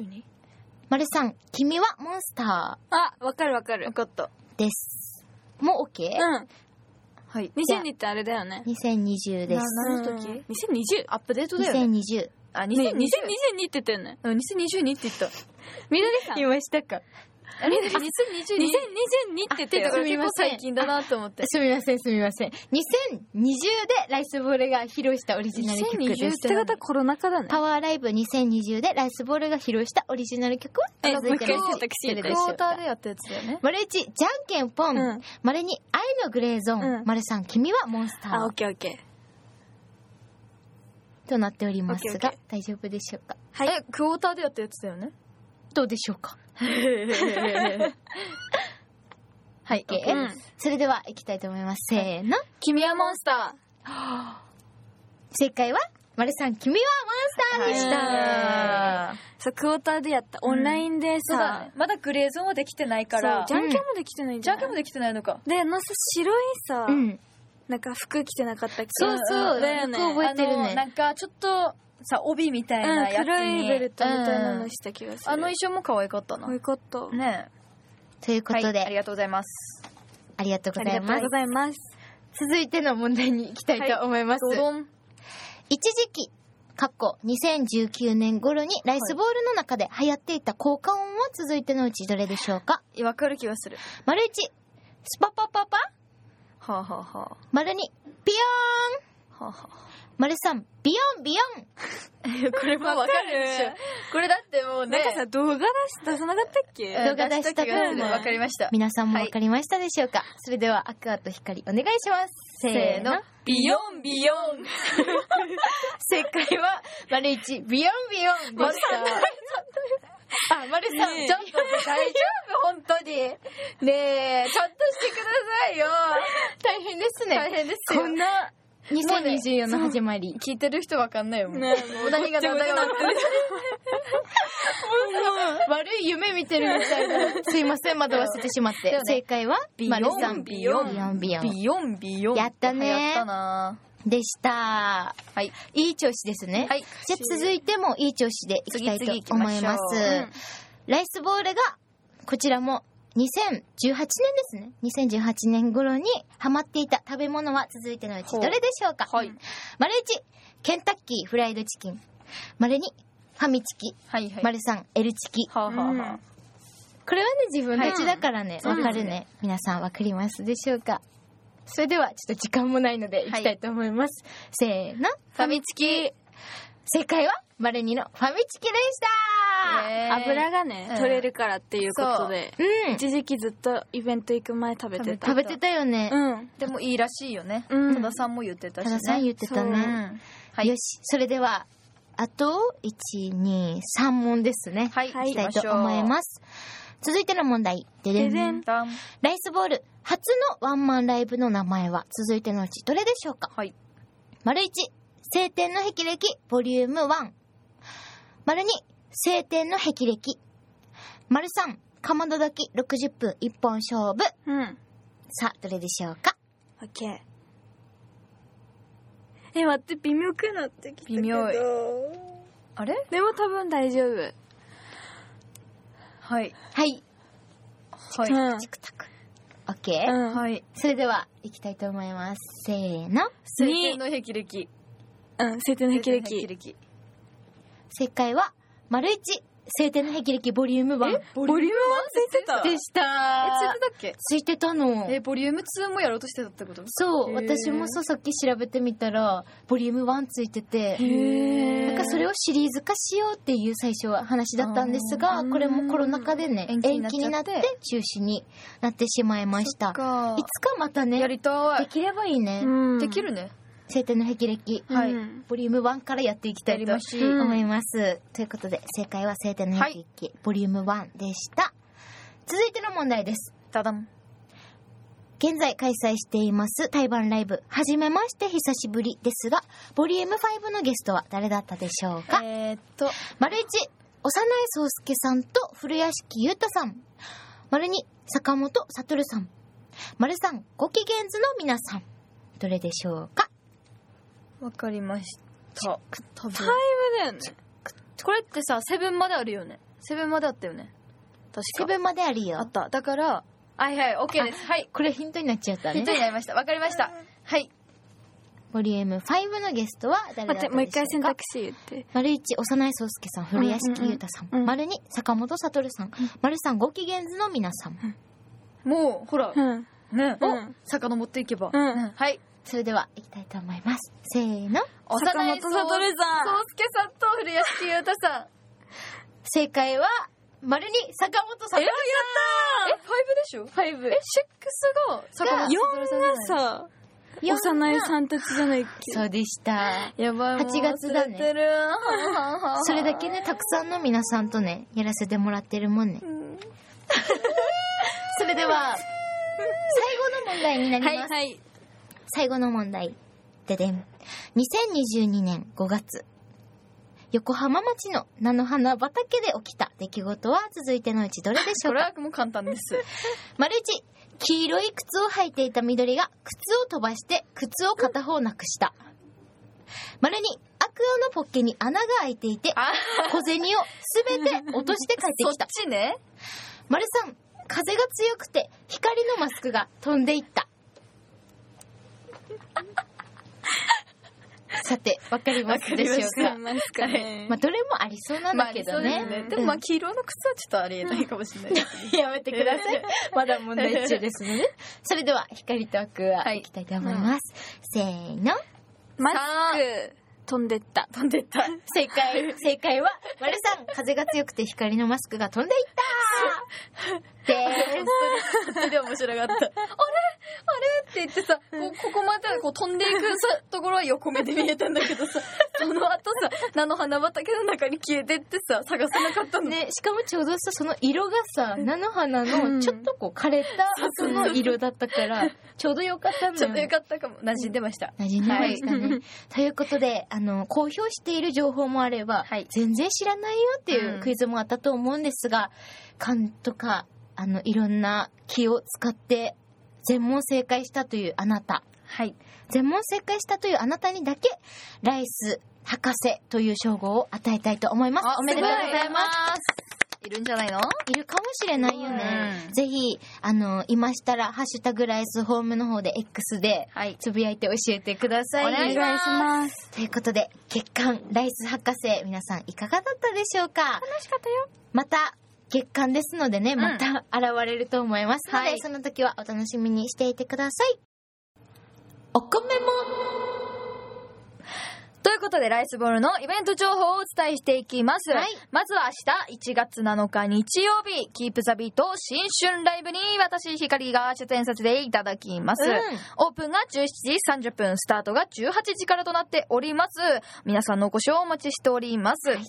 Speaker 1: ン。
Speaker 2: 22?
Speaker 1: 丸3、君はモンスタ
Speaker 3: あ、わかるわかる
Speaker 2: 分。かった。
Speaker 1: ーです。もう OK?、
Speaker 3: うん。
Speaker 2: はい。
Speaker 3: 22ってあれだよね。
Speaker 1: 2020です。
Speaker 2: 何の時
Speaker 3: うん ?2020?
Speaker 2: アップデートだよね。
Speaker 1: 2020。
Speaker 2: あ、
Speaker 3: ね
Speaker 2: 2020。
Speaker 3: 2022って言ったよね。
Speaker 2: うん2022って言った。
Speaker 3: みどりさん。2022
Speaker 1: ましたか
Speaker 2: あれ ?2022 って
Speaker 3: って言
Speaker 2: 言
Speaker 3: っ
Speaker 2: ったて
Speaker 3: よ
Speaker 1: あ
Speaker 2: たか
Speaker 1: す
Speaker 2: ら
Speaker 1: み
Speaker 2: 結
Speaker 1: ま
Speaker 2: 構
Speaker 1: せん
Speaker 2: 最近だなと思って。
Speaker 1: すみません、すみません。2020でライスボールが披露したオリジナル曲で
Speaker 2: 2020
Speaker 1: す。
Speaker 3: ってことはコロナ禍だね。
Speaker 1: パワーライブ2020でライスボールが披露したオリジナル曲は
Speaker 3: え
Speaker 1: 続いて
Speaker 3: もう
Speaker 1: の
Speaker 3: 一回
Speaker 1: う
Speaker 3: 選択肢
Speaker 1: ちどれ
Speaker 2: ク
Speaker 1: でし
Speaker 2: ォ
Speaker 1: ょ
Speaker 2: ー
Speaker 1: う
Speaker 2: タ
Speaker 1: か
Speaker 2: ーでやったやつだよね。
Speaker 1: 丸一、じゃんけんぽん。
Speaker 3: うん
Speaker 1: 丸二、愛のグレーゾーン。
Speaker 3: うん
Speaker 1: 丸三、君はモンスタ
Speaker 3: あ、オッ
Speaker 1: ー。
Speaker 3: ケーオッケー。
Speaker 1: となっております
Speaker 3: オッケーオ
Speaker 1: が
Speaker 3: ッケ、
Speaker 1: 大丈夫でしょうか
Speaker 3: はい。
Speaker 2: え、クォーターでやったやつだよ ね。
Speaker 1: どうでしょうか
Speaker 2: はい。
Speaker 1: オッケ
Speaker 3: う
Speaker 1: ー
Speaker 3: ん
Speaker 1: それでは、行きたいと思います。せーの。
Speaker 2: 君はモンスタ
Speaker 1: 正解は、丸三、君はモンスターでした。
Speaker 2: は
Speaker 3: そう、クォーターでやった。オンラインで
Speaker 2: ー。そうだ
Speaker 3: さ
Speaker 2: ね、。まだグレーゾーンはできてないか
Speaker 3: そう
Speaker 2: ら、
Speaker 3: じゃんけんもできてないん
Speaker 2: じ
Speaker 3: じゃ
Speaker 2: ゃん
Speaker 3: ん。
Speaker 2: けんもできてないのか。
Speaker 3: で、あのさ、白いさ
Speaker 1: う、ん。
Speaker 3: なんか服着てなかったっけ
Speaker 1: そうそう
Speaker 3: だよね。
Speaker 1: 服覚えてるね
Speaker 2: あのなんかちょっとさ、帯みたい
Speaker 3: うん
Speaker 2: な、やつ
Speaker 3: 黒
Speaker 2: に。
Speaker 3: いベルトみたいな
Speaker 2: う
Speaker 3: の
Speaker 2: ん
Speaker 3: した気がする。
Speaker 2: あの衣装も可愛かったな。
Speaker 3: 可愛かった。
Speaker 2: ね
Speaker 1: というこ
Speaker 2: はい。
Speaker 1: とで、
Speaker 2: ありがとうございます。
Speaker 1: ありがとう
Speaker 3: あ
Speaker 1: ござ
Speaker 3: り
Speaker 1: い
Speaker 3: がと
Speaker 1: ま
Speaker 3: う
Speaker 1: す
Speaker 3: ご。ざいます。
Speaker 1: 続いての問題に行きたいと思います。
Speaker 2: ドドン。
Speaker 1: 一時期、過去2019年頃にライスボールの中で流行っていた効果音は続いてのうちどれでしょうか
Speaker 2: わかる気がする。
Speaker 1: 丸一、スパパパパ
Speaker 2: はあ、はあは
Speaker 1: 丸二、ビヨーン
Speaker 2: あ、はあはあ。
Speaker 1: 丸三、ビヨンビヨン
Speaker 2: これもわかるでしょ。これだってもう
Speaker 3: な
Speaker 2: ね
Speaker 3: ん、かさ、動画出し出さなかったっけ
Speaker 1: ん動画出した
Speaker 2: 気
Speaker 1: 気
Speaker 2: が
Speaker 1: が
Speaker 2: す
Speaker 1: す
Speaker 2: る。
Speaker 1: る
Speaker 2: わかりました。
Speaker 1: 皆さんもわかりましたでしょうか、それでは、アクアと光お願いします。せーの。。
Speaker 2: ビヨンビヨン。
Speaker 1: 正解は、丸一、ビヨンビヨンでした。
Speaker 2: さん、丸さん、
Speaker 3: ねえ
Speaker 2: ちょっと大丈夫本当に。ねえ、ちゃんとしてくださいよ。
Speaker 1: 大変です
Speaker 2: 大
Speaker 1: ね。
Speaker 2: 変ですよ
Speaker 1: こん。な2024の始まり。
Speaker 2: 聞いてる人わかんないよ。もう
Speaker 3: ね
Speaker 2: 何が何だよ。
Speaker 1: 悪い夢見てるみたいな。すいません、惑わせてしまって。正解は、
Speaker 2: ビヨ
Speaker 1: 丸
Speaker 2: ン
Speaker 1: さん。
Speaker 2: ビヨン
Speaker 1: ビヨンビヨン。
Speaker 2: ビヨンビヨン。
Speaker 1: やったね
Speaker 2: やったな
Speaker 1: でした。
Speaker 2: はい。
Speaker 1: いい調子ですね。
Speaker 2: はい
Speaker 1: じゃあ続いてもいい調子でいきたいと思います。
Speaker 2: 次々行きま
Speaker 1: ライスボールが、こちらも2018年ですね。2018年頃にハマっていた食べ物は続いてのうちどれでしょうか
Speaker 2: はい
Speaker 1: 丸1、ケンタッキーフライドチキン。丸2、ファミチキ。
Speaker 2: はいはい。
Speaker 1: 丸3、エルチキ。
Speaker 2: はあはあはあ
Speaker 1: これはね、自分たちだからね、わ、かるね。皆さんわかりますでしょうかそれでは、ちょっと時間もないので、いきたいと思います。せーの。
Speaker 2: ファミチキ。
Speaker 1: 正解は、マルニのファミチキでした
Speaker 2: えー
Speaker 3: 油がね、
Speaker 2: うん
Speaker 3: 取れるからっていうことで、
Speaker 1: うん。
Speaker 3: 一時期ずっとイベント行く前食べてた。
Speaker 1: 食べてたよね。
Speaker 3: うん。
Speaker 2: でもいいらしいよね。
Speaker 3: うん
Speaker 2: 多田さんも言ってた
Speaker 1: 多
Speaker 2: しね。
Speaker 1: 田さん言ってた
Speaker 2: う
Speaker 1: ね。
Speaker 2: んはい。
Speaker 1: よし、それでは、あと、1、2、3問ですね。
Speaker 2: はい。
Speaker 1: いきたいと思います。続いての問題。でで
Speaker 3: でで
Speaker 1: ん。
Speaker 3: ん。
Speaker 2: ダン
Speaker 1: ライスボール、初のワンマンライブの名前は、続いてのうちどれでしょうか
Speaker 2: はい。
Speaker 1: 丸一、晴天の霹靂、ボリューム1。丸二、晴天の霹靂。丸三、かまど炊き60分一本勝負。
Speaker 3: うん。
Speaker 1: さあ、どれでしょうか
Speaker 3: オッケー。え、待って、微妙くなってきたけど。
Speaker 2: 微妙いあれ
Speaker 3: でも多分大丈夫。
Speaker 2: はい。
Speaker 1: はい。
Speaker 2: はい。
Speaker 3: うん
Speaker 1: チクタク。オッケー。
Speaker 3: うん。
Speaker 2: はい。
Speaker 1: それでは、いきたいと思います。せーの。
Speaker 2: 晴天の霹靂。
Speaker 3: うん、晴天の霹
Speaker 2: 晴天
Speaker 3: 靂。
Speaker 2: の霹靂。
Speaker 1: 正解は、丸一、晴天の霹靂ボリューム1。
Speaker 2: ボリューム1ついてたえ、つい
Speaker 1: でしたー
Speaker 2: て。たっけ
Speaker 1: ついてたの。
Speaker 2: え、ボリューム2もやろうとしてたってこと
Speaker 1: そう、
Speaker 2: へー
Speaker 1: 私もそうさっき調べてみたら、ボリューム1ついてて、
Speaker 3: へ
Speaker 1: なんかそれをシリーズ化しようっていう最初は話だったんですが、
Speaker 3: あー
Speaker 1: これもコロナ禍でね、
Speaker 2: 延
Speaker 1: 延期
Speaker 2: 期になっちゃ
Speaker 1: にな
Speaker 2: っ
Speaker 1: ってて中止になってしまいました。いつ
Speaker 2: か
Speaker 1: かまたね、
Speaker 2: や
Speaker 1: で
Speaker 2: りたい。
Speaker 1: きればいいね。
Speaker 3: うん
Speaker 2: できるね。
Speaker 1: 晴天の霹靂、
Speaker 3: うん
Speaker 2: はい
Speaker 1: ボリューム1からやっていきた
Speaker 2: や
Speaker 1: い
Speaker 2: り
Speaker 1: と
Speaker 2: ましょう
Speaker 3: うん
Speaker 1: 思います。ということで、正解は晴天の霹靂、ボリューム1でした。続いての問題です。
Speaker 2: ダダン。
Speaker 1: 現在開催しています台湾ライブ、はじめまして久しぶりですが、ボリューム5のゲストは誰だったでしょうか、
Speaker 2: えーっと、
Speaker 1: 丸一、幼い宗介さんと古屋敷優太さん。丸二、坂本悟さん。丸三、ご機嫌図の皆さん。どれでしょうか
Speaker 2: わかりました。多分。
Speaker 3: だよね。
Speaker 2: これってさ、セブンまであるよね。セブンまであったよね。
Speaker 1: セ
Speaker 2: 確か。
Speaker 1: ブンまである
Speaker 2: あっ
Speaker 1: よ。
Speaker 2: た。だから、はいはい、OK です。はい。
Speaker 1: これヒントになっちゃった
Speaker 2: ヒン
Speaker 1: ね
Speaker 2: ト。になりました。わかりました。はい。
Speaker 1: ボリューム5のゲストは誰だっ
Speaker 3: 待ったて、
Speaker 1: でしょうか
Speaker 3: もう一回選択肢言って。
Speaker 1: 丸一、幼い宗介さん、古屋敷優太さ。
Speaker 3: うんうんうんん
Speaker 1: 丸二、坂本悟さん。丸三、ご機嫌図の皆さん。
Speaker 2: もう、ほら、
Speaker 3: うん。
Speaker 2: ね、
Speaker 3: う
Speaker 2: お
Speaker 3: ん
Speaker 2: 遡っていけば。
Speaker 3: うん
Speaker 2: はい。
Speaker 1: それでは、いきたいと思います。せーの。
Speaker 2: 幼
Speaker 3: 坂
Speaker 2: い
Speaker 3: 本悟さん
Speaker 2: 宗介さんと古屋敷優太さん。
Speaker 1: 正解は、丸二、坂本悟さん。
Speaker 2: え、ファイブでしょファイブ。え、シックスが坂本悟さんじゃない。
Speaker 3: 4
Speaker 1: 四
Speaker 3: がさ、
Speaker 1: が
Speaker 3: 幼いさんたちじゃないっけ
Speaker 1: そうでした。
Speaker 2: やばいもう
Speaker 1: 8月だね
Speaker 2: 忘れてる
Speaker 1: そ れだけね、たくさんの皆さんとね、やらせてもらってるもんね。 それでは、最後の問題になります。
Speaker 3: はい。
Speaker 1: 最後の問題。ででん。2022年5月。横浜町の菜の花畑で起きた出来事は続いてのうちどれでしょ
Speaker 2: そうれ
Speaker 1: か
Speaker 2: はもう簡単です。
Speaker 1: 丸一、黄色い靴を履いていた緑が靴を飛ばして靴を片方なくした。丸二、アクアのポッケに穴が開いていて、
Speaker 2: あ、
Speaker 1: 小銭をすべて落として帰って
Speaker 2: そっ
Speaker 1: きた。
Speaker 2: ちね。
Speaker 1: 丸さん、風が強くて光のマスクが飛んでい った。さて、わかりますでしょうか。
Speaker 3: ますかね
Speaker 1: まあ、どれもありそうなん
Speaker 2: まあ
Speaker 1: だ
Speaker 2: あ
Speaker 1: け
Speaker 2: りそ
Speaker 1: ど
Speaker 2: うです
Speaker 1: ね。
Speaker 2: ね。でもまあ黄色の靴はちょっとありえないかもしれない。
Speaker 1: やめてください。 まだ問題中ですね。それでは、光とアクア、いきたいと思います。せーの。
Speaker 3: マ スク、飛んでった。
Speaker 2: 飛んでった。
Speaker 1: 正解、正解は、丸さん、風が強くて光のマスクが 飛んでいったでーす。
Speaker 2: それで面白かった。あれあって言ってさ、こうここまでこう飛んでいくさところは横目で見えたんだけどさ、その後さ、菜の花畑の中に消えてってさ、探せなかったの。
Speaker 1: ね、しかもちょうどさ、その色がさ、菜の花
Speaker 3: う
Speaker 1: の
Speaker 3: ん
Speaker 1: ちょっとこう枯れた後の色だったから、ちょうどよかったんだ
Speaker 2: ちょ
Speaker 1: よ
Speaker 2: っとよ
Speaker 1: ね。
Speaker 2: かったかも。馴染んでました。
Speaker 1: 馴染んでましたね。ということで、あの、公表している情報もあれば、
Speaker 2: はい
Speaker 1: 全然知らないよっていううんクイズもあったと思うんですが、勘とか、あの、いろんな気を使って、全問正解したというあなた。
Speaker 2: はい。
Speaker 1: 全問正解したというあなたにだけ、ライス博士という称号を与えたいと思います。おめでとうございます。
Speaker 2: す。いるんじゃないの
Speaker 1: いるかもしれないよね。
Speaker 2: うん
Speaker 1: ぜひ、あの、いましたら、ハッシュタグライスホームの方で X で、
Speaker 2: はい。
Speaker 1: つぶやいて教えてください。
Speaker 2: お願いし
Speaker 3: お願いします。
Speaker 1: ということで、月間ライス博士、皆さんいかがだったでしょうか
Speaker 2: 楽しかったよ。
Speaker 1: また、月間ですのでね、また現れると思いますので、
Speaker 2: はい
Speaker 1: その時はお楽しみにしていてください。お米も
Speaker 2: ということで、ライスボールのイベント情報をお伝えしていきます。
Speaker 1: はい
Speaker 2: まずは明日、1月7日日曜日、キープザビート新春ライブに私、ヒカリが出演させていただきます。
Speaker 1: う
Speaker 2: オープンが17時30分、スタートが18時からとなっております。皆さんのお越しをお待ちしております。続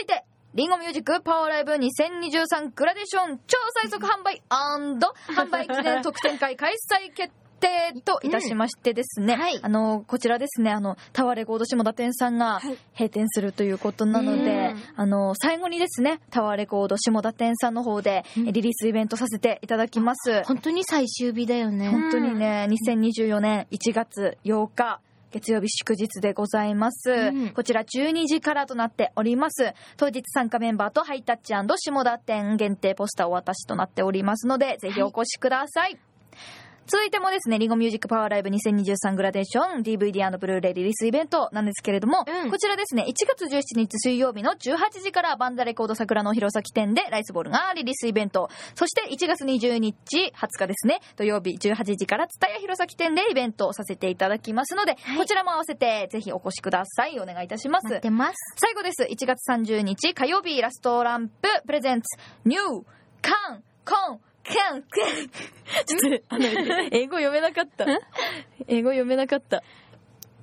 Speaker 2: いて、リンゴミュージックパワーライブ2023グラデーション超最速販売販売記念特典会開催決定といたしましてですね、
Speaker 1: うんはい
Speaker 2: あの、こちらですね、あの、タワーレコード下田店さんが閉店するということなので、
Speaker 1: うん
Speaker 2: あの、最後にですね、タワーレコード下田店さんの方で
Speaker 1: うん
Speaker 2: リリースイベントさせていただきます。
Speaker 1: 本当に最終日だよね。
Speaker 2: 本当にね、2024年1月8日。月曜日祝日でございます、
Speaker 1: うん
Speaker 2: こちら12時からとなっております当日参加メンバーとハイタッチ下田店限定ポスターお渡しとなっておりますのでぜひお越しください、続いてもですね、リンゴミュージックパワーライブ2023グラデーション DVD& ブルーレイリリースイベントなんですけれども、
Speaker 1: うん
Speaker 2: こちらですね、1月17日水曜日の18時からバンダレコード桜の弘前店でライスボールがリリースイベント、そして1月20日20日ですね、土曜日18時から蔦屋弘前店でイベントをさせていただきますので、
Speaker 1: はい
Speaker 2: こちらも合わせてぜひお越しください。お願いいたします。
Speaker 1: 待ってます。
Speaker 2: 最後です。1月30日火曜日ラストランププレゼンツニューカンコンカンカ ンちょっとあの英語読めなかった。英語読めなかった。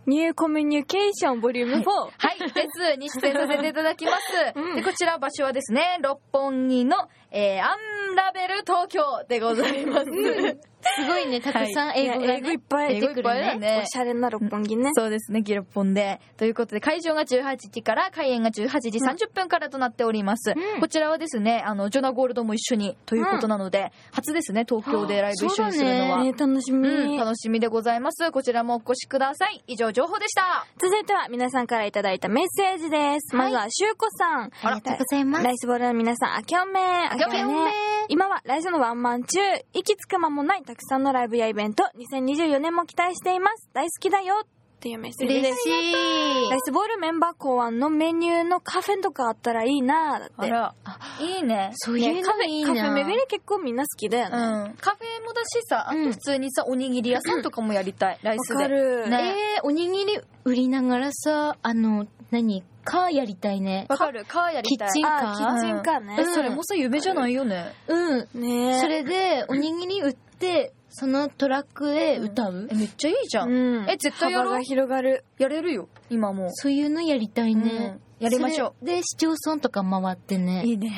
Speaker 3: ニューコミュニケーションボリューム4。
Speaker 2: は い、ですに出演させていただきます。
Speaker 1: うん
Speaker 2: でこちら場所はですね、六本木の、えーアンラベル東京でございます。
Speaker 1: すごいね、たくさん英語が、ね
Speaker 3: いや英語いっぱい
Speaker 1: 出てくる
Speaker 2: 英語いっぱいだ
Speaker 1: ね
Speaker 2: ね。
Speaker 3: おしゃれな六本木ね。
Speaker 2: そうですね、ギロッポンで。ということで、会場が18時から、開演が18時30分からとなっております。
Speaker 1: うん
Speaker 2: こちらはですね、あの、ジョナゴールドも一緒にということなので、初ですね、東京でライブ一緒にするのは。
Speaker 3: ね楽しみ、
Speaker 2: うん、楽しみでございます。こちらもお越しください。以上、情報でした。
Speaker 3: 続いては皆さんからいただいたメッセージです。まずは、しゅうこさん。
Speaker 1: ありがとうございます
Speaker 3: ライスボールの皆さん、あけおめ。あ
Speaker 2: けおめ
Speaker 3: 今はライスのワンマン中、息つく間もないたくさんのライブやイベント、2024年も期待しています。大好きだよ。っていうメッセージで
Speaker 1: 嬉
Speaker 3: す。
Speaker 1: しい
Speaker 3: ライ。スボールメンバー考案のメニューのカフェとかあったらいいなぁだって。
Speaker 2: ら、いいね。
Speaker 1: そういうのいいな
Speaker 3: カフェ巡り結構みんな好きだ
Speaker 2: う
Speaker 3: よ
Speaker 2: ん。
Speaker 3: ね。
Speaker 2: カフェもだしさ、あと
Speaker 1: うん
Speaker 2: 普通にさ、おにぎり屋さんとかもやりたい。ライスで。
Speaker 3: わかる。
Speaker 2: ね
Speaker 1: えー、おにぎり売りながらさ、あの、何かやりたいね。
Speaker 2: わかる。カーやりたい。
Speaker 1: キッチンカー
Speaker 3: あ、キッチンカーね。
Speaker 2: えそれもさ、夢じゃないよね。
Speaker 1: うん。
Speaker 3: ね
Speaker 1: それで、おにぎり売って、そのトラックへ歌う、
Speaker 2: え、めっちゃいいじゃん。
Speaker 3: うん。
Speaker 2: え絶対やろう
Speaker 3: 幅が広がる。
Speaker 2: やれるよ、今もう。
Speaker 1: そういうのやりたいね。
Speaker 2: うんやりましょう
Speaker 1: それで、市町村とか回ってね、
Speaker 2: いいね。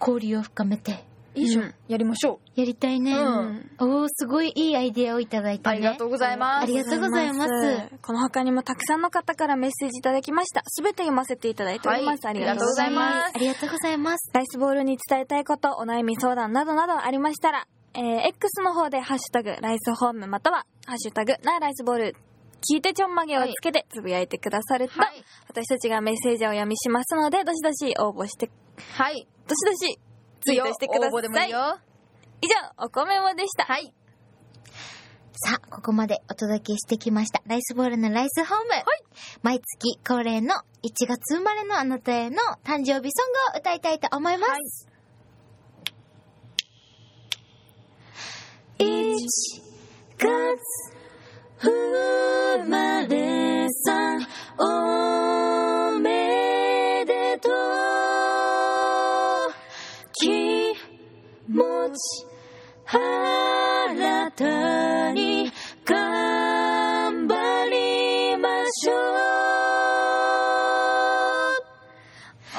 Speaker 1: 交流を深めて、
Speaker 2: いいじゃん。
Speaker 3: うん
Speaker 2: やりましょ
Speaker 1: やりたいね。
Speaker 2: うん。
Speaker 1: おー、すごいいいアイデアをいただいうた
Speaker 2: あ
Speaker 1: ね。
Speaker 2: りがとうございます。
Speaker 1: ありがとうございます
Speaker 3: この他にもたくさんの方からメッセージいただきました。すべて読ませていただいております。
Speaker 2: はい
Speaker 3: ありがとうござい
Speaker 2: ありがとうござい
Speaker 3: ま。
Speaker 2: ますす
Speaker 1: ありがとうございます。
Speaker 3: ライスボールに伝えたいこと、お悩み相談などなどありましたら、えー X の方でハッシュタグ、ライスホームまたは、ハッシュタグ、なあライスボール、聞いてちょんまげをつけてつぶやいてくださると、
Speaker 2: はい。
Speaker 3: 私たちがメッセージをお読みしますので、どしどし応募して、ど
Speaker 2: はい。
Speaker 3: しどしツイートしてくだ
Speaker 2: 応募でも
Speaker 3: さ
Speaker 2: い
Speaker 3: い。
Speaker 2: いよ。
Speaker 3: 以上、お米もでした。
Speaker 2: はい。
Speaker 1: さあ、ここまでお届けしてきました。ライスボールのライスホーム。毎月恒例の1月生まれのあなたへの誕生日ソングを歌いたいと思います。1月生まれさん、おめでとう。気持ち、新た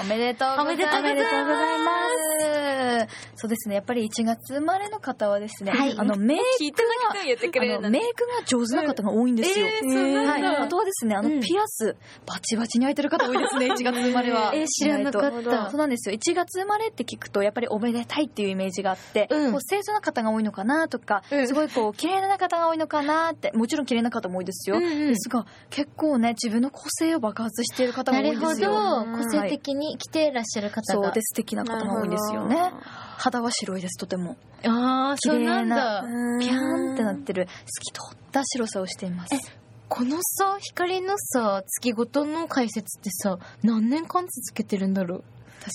Speaker 2: おめでとうござ
Speaker 1: お
Speaker 2: います。
Speaker 1: めでとうございます
Speaker 2: そうですね、やっぱり1月生まれの方はですね、
Speaker 1: はい
Speaker 2: あの、メイ
Speaker 3: 聞いてなくても言ってくれる
Speaker 2: あ
Speaker 3: の
Speaker 2: の
Speaker 3: ね
Speaker 2: メイクが上手な方が多いんですよ。
Speaker 3: えーそうなんだ
Speaker 2: はい、あとはですね、あ
Speaker 1: う
Speaker 2: の
Speaker 1: ん
Speaker 2: ピアス、バチバチに開いてる方多いですね、1月 生まれは。
Speaker 1: えー知らなかった
Speaker 2: 意外とそうなんですよ。1月生まれって聞くと、やっぱりおめでたいっていうイメージがあって、
Speaker 1: うん
Speaker 2: こう清楚な方が多いのかなとか、
Speaker 1: うん
Speaker 2: すごいこう綺麗な方が多いのかなって、もちろん綺麗な方も多いですよ。
Speaker 1: うんうん
Speaker 2: ですが、結構ね、自分の個性を爆発している方が
Speaker 1: な
Speaker 2: 多い
Speaker 1: る
Speaker 2: んで
Speaker 1: ほ
Speaker 2: すよ。
Speaker 1: ど。
Speaker 3: うん
Speaker 1: 個性的に来ていらっしゃる方
Speaker 2: そ
Speaker 1: が。
Speaker 2: うで。す。素敵な方が多いんですよね。肌は白いです、とても。
Speaker 1: ああ、そうなんだ。
Speaker 2: ピ
Speaker 3: ピ
Speaker 2: ャーンってなってる、透き通った白さをしています。
Speaker 1: このさ、光のさ、月ごとの解説ってさ、何年間続けてるんだろう。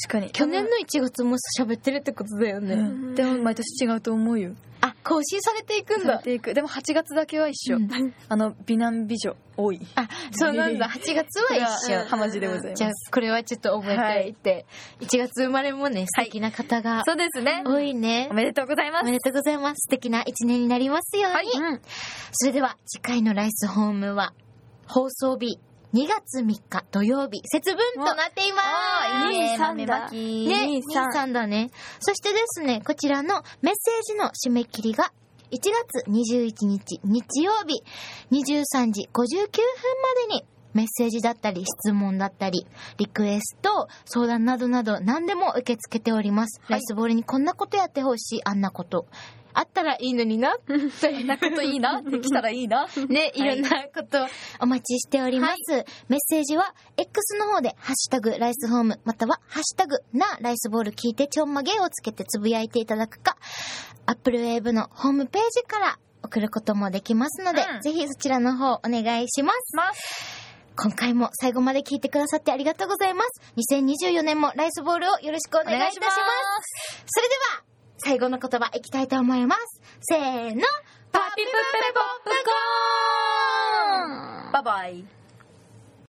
Speaker 2: 確かに。
Speaker 1: 去年の1月もさ喋ってるってことだよね。
Speaker 2: うんでも毎年違うと思うよ。
Speaker 1: あ、更新されていくん
Speaker 2: され
Speaker 1: だ。
Speaker 2: ていく。でも8月だけは一緒。
Speaker 1: うん
Speaker 2: あの、美男美女多 い。
Speaker 1: あ、そうなんだ。8月は一緒。
Speaker 2: はまじでございます
Speaker 1: じゃあ、これはちょっと覚えておいて。1月生まれもね、素敵な方が
Speaker 2: そうですね。
Speaker 1: 多いね
Speaker 2: お。めでとうございま
Speaker 1: お
Speaker 2: す。
Speaker 1: めでとうございます。素敵な一年になりますように。
Speaker 3: うん
Speaker 1: それでは次回のライスホームは放送日2月3日土曜日節分となっています。
Speaker 3: わいいね
Speaker 2: 豆まき。
Speaker 1: ね、
Speaker 3: いいさん
Speaker 1: 23だね。そしてですね、こちらのメッセージの締め切りが1月21日日曜日23時59分までにメッセージだったり質問だったりリクエスト相談などなど何でも受け付けております、ライスボールにこんなことやってほしいあんなことあったらいいのにな
Speaker 2: そんなことい いな。できたらいいな。
Speaker 1: ね、いろんなことをお待ちしております。メッセージは、X の方で、ハッシュタグ、ライスホーム、または、ハッシュタグ、な、ライスボール聞いてちょんまげをつけてつぶやいていただくか、Apple Wave のホームページから送ることもできますので、
Speaker 2: うん
Speaker 1: ぜひそちらの方お願いします。
Speaker 2: ます。
Speaker 1: 今回も最後まで聞いてくださってありがとうございます。2024年もライスボールをよろしくお願いいたします。
Speaker 2: お願いしま
Speaker 1: それでは、最後の言葉いきたいと思います。せーの、
Speaker 2: パピプペポップコーンバイバイ。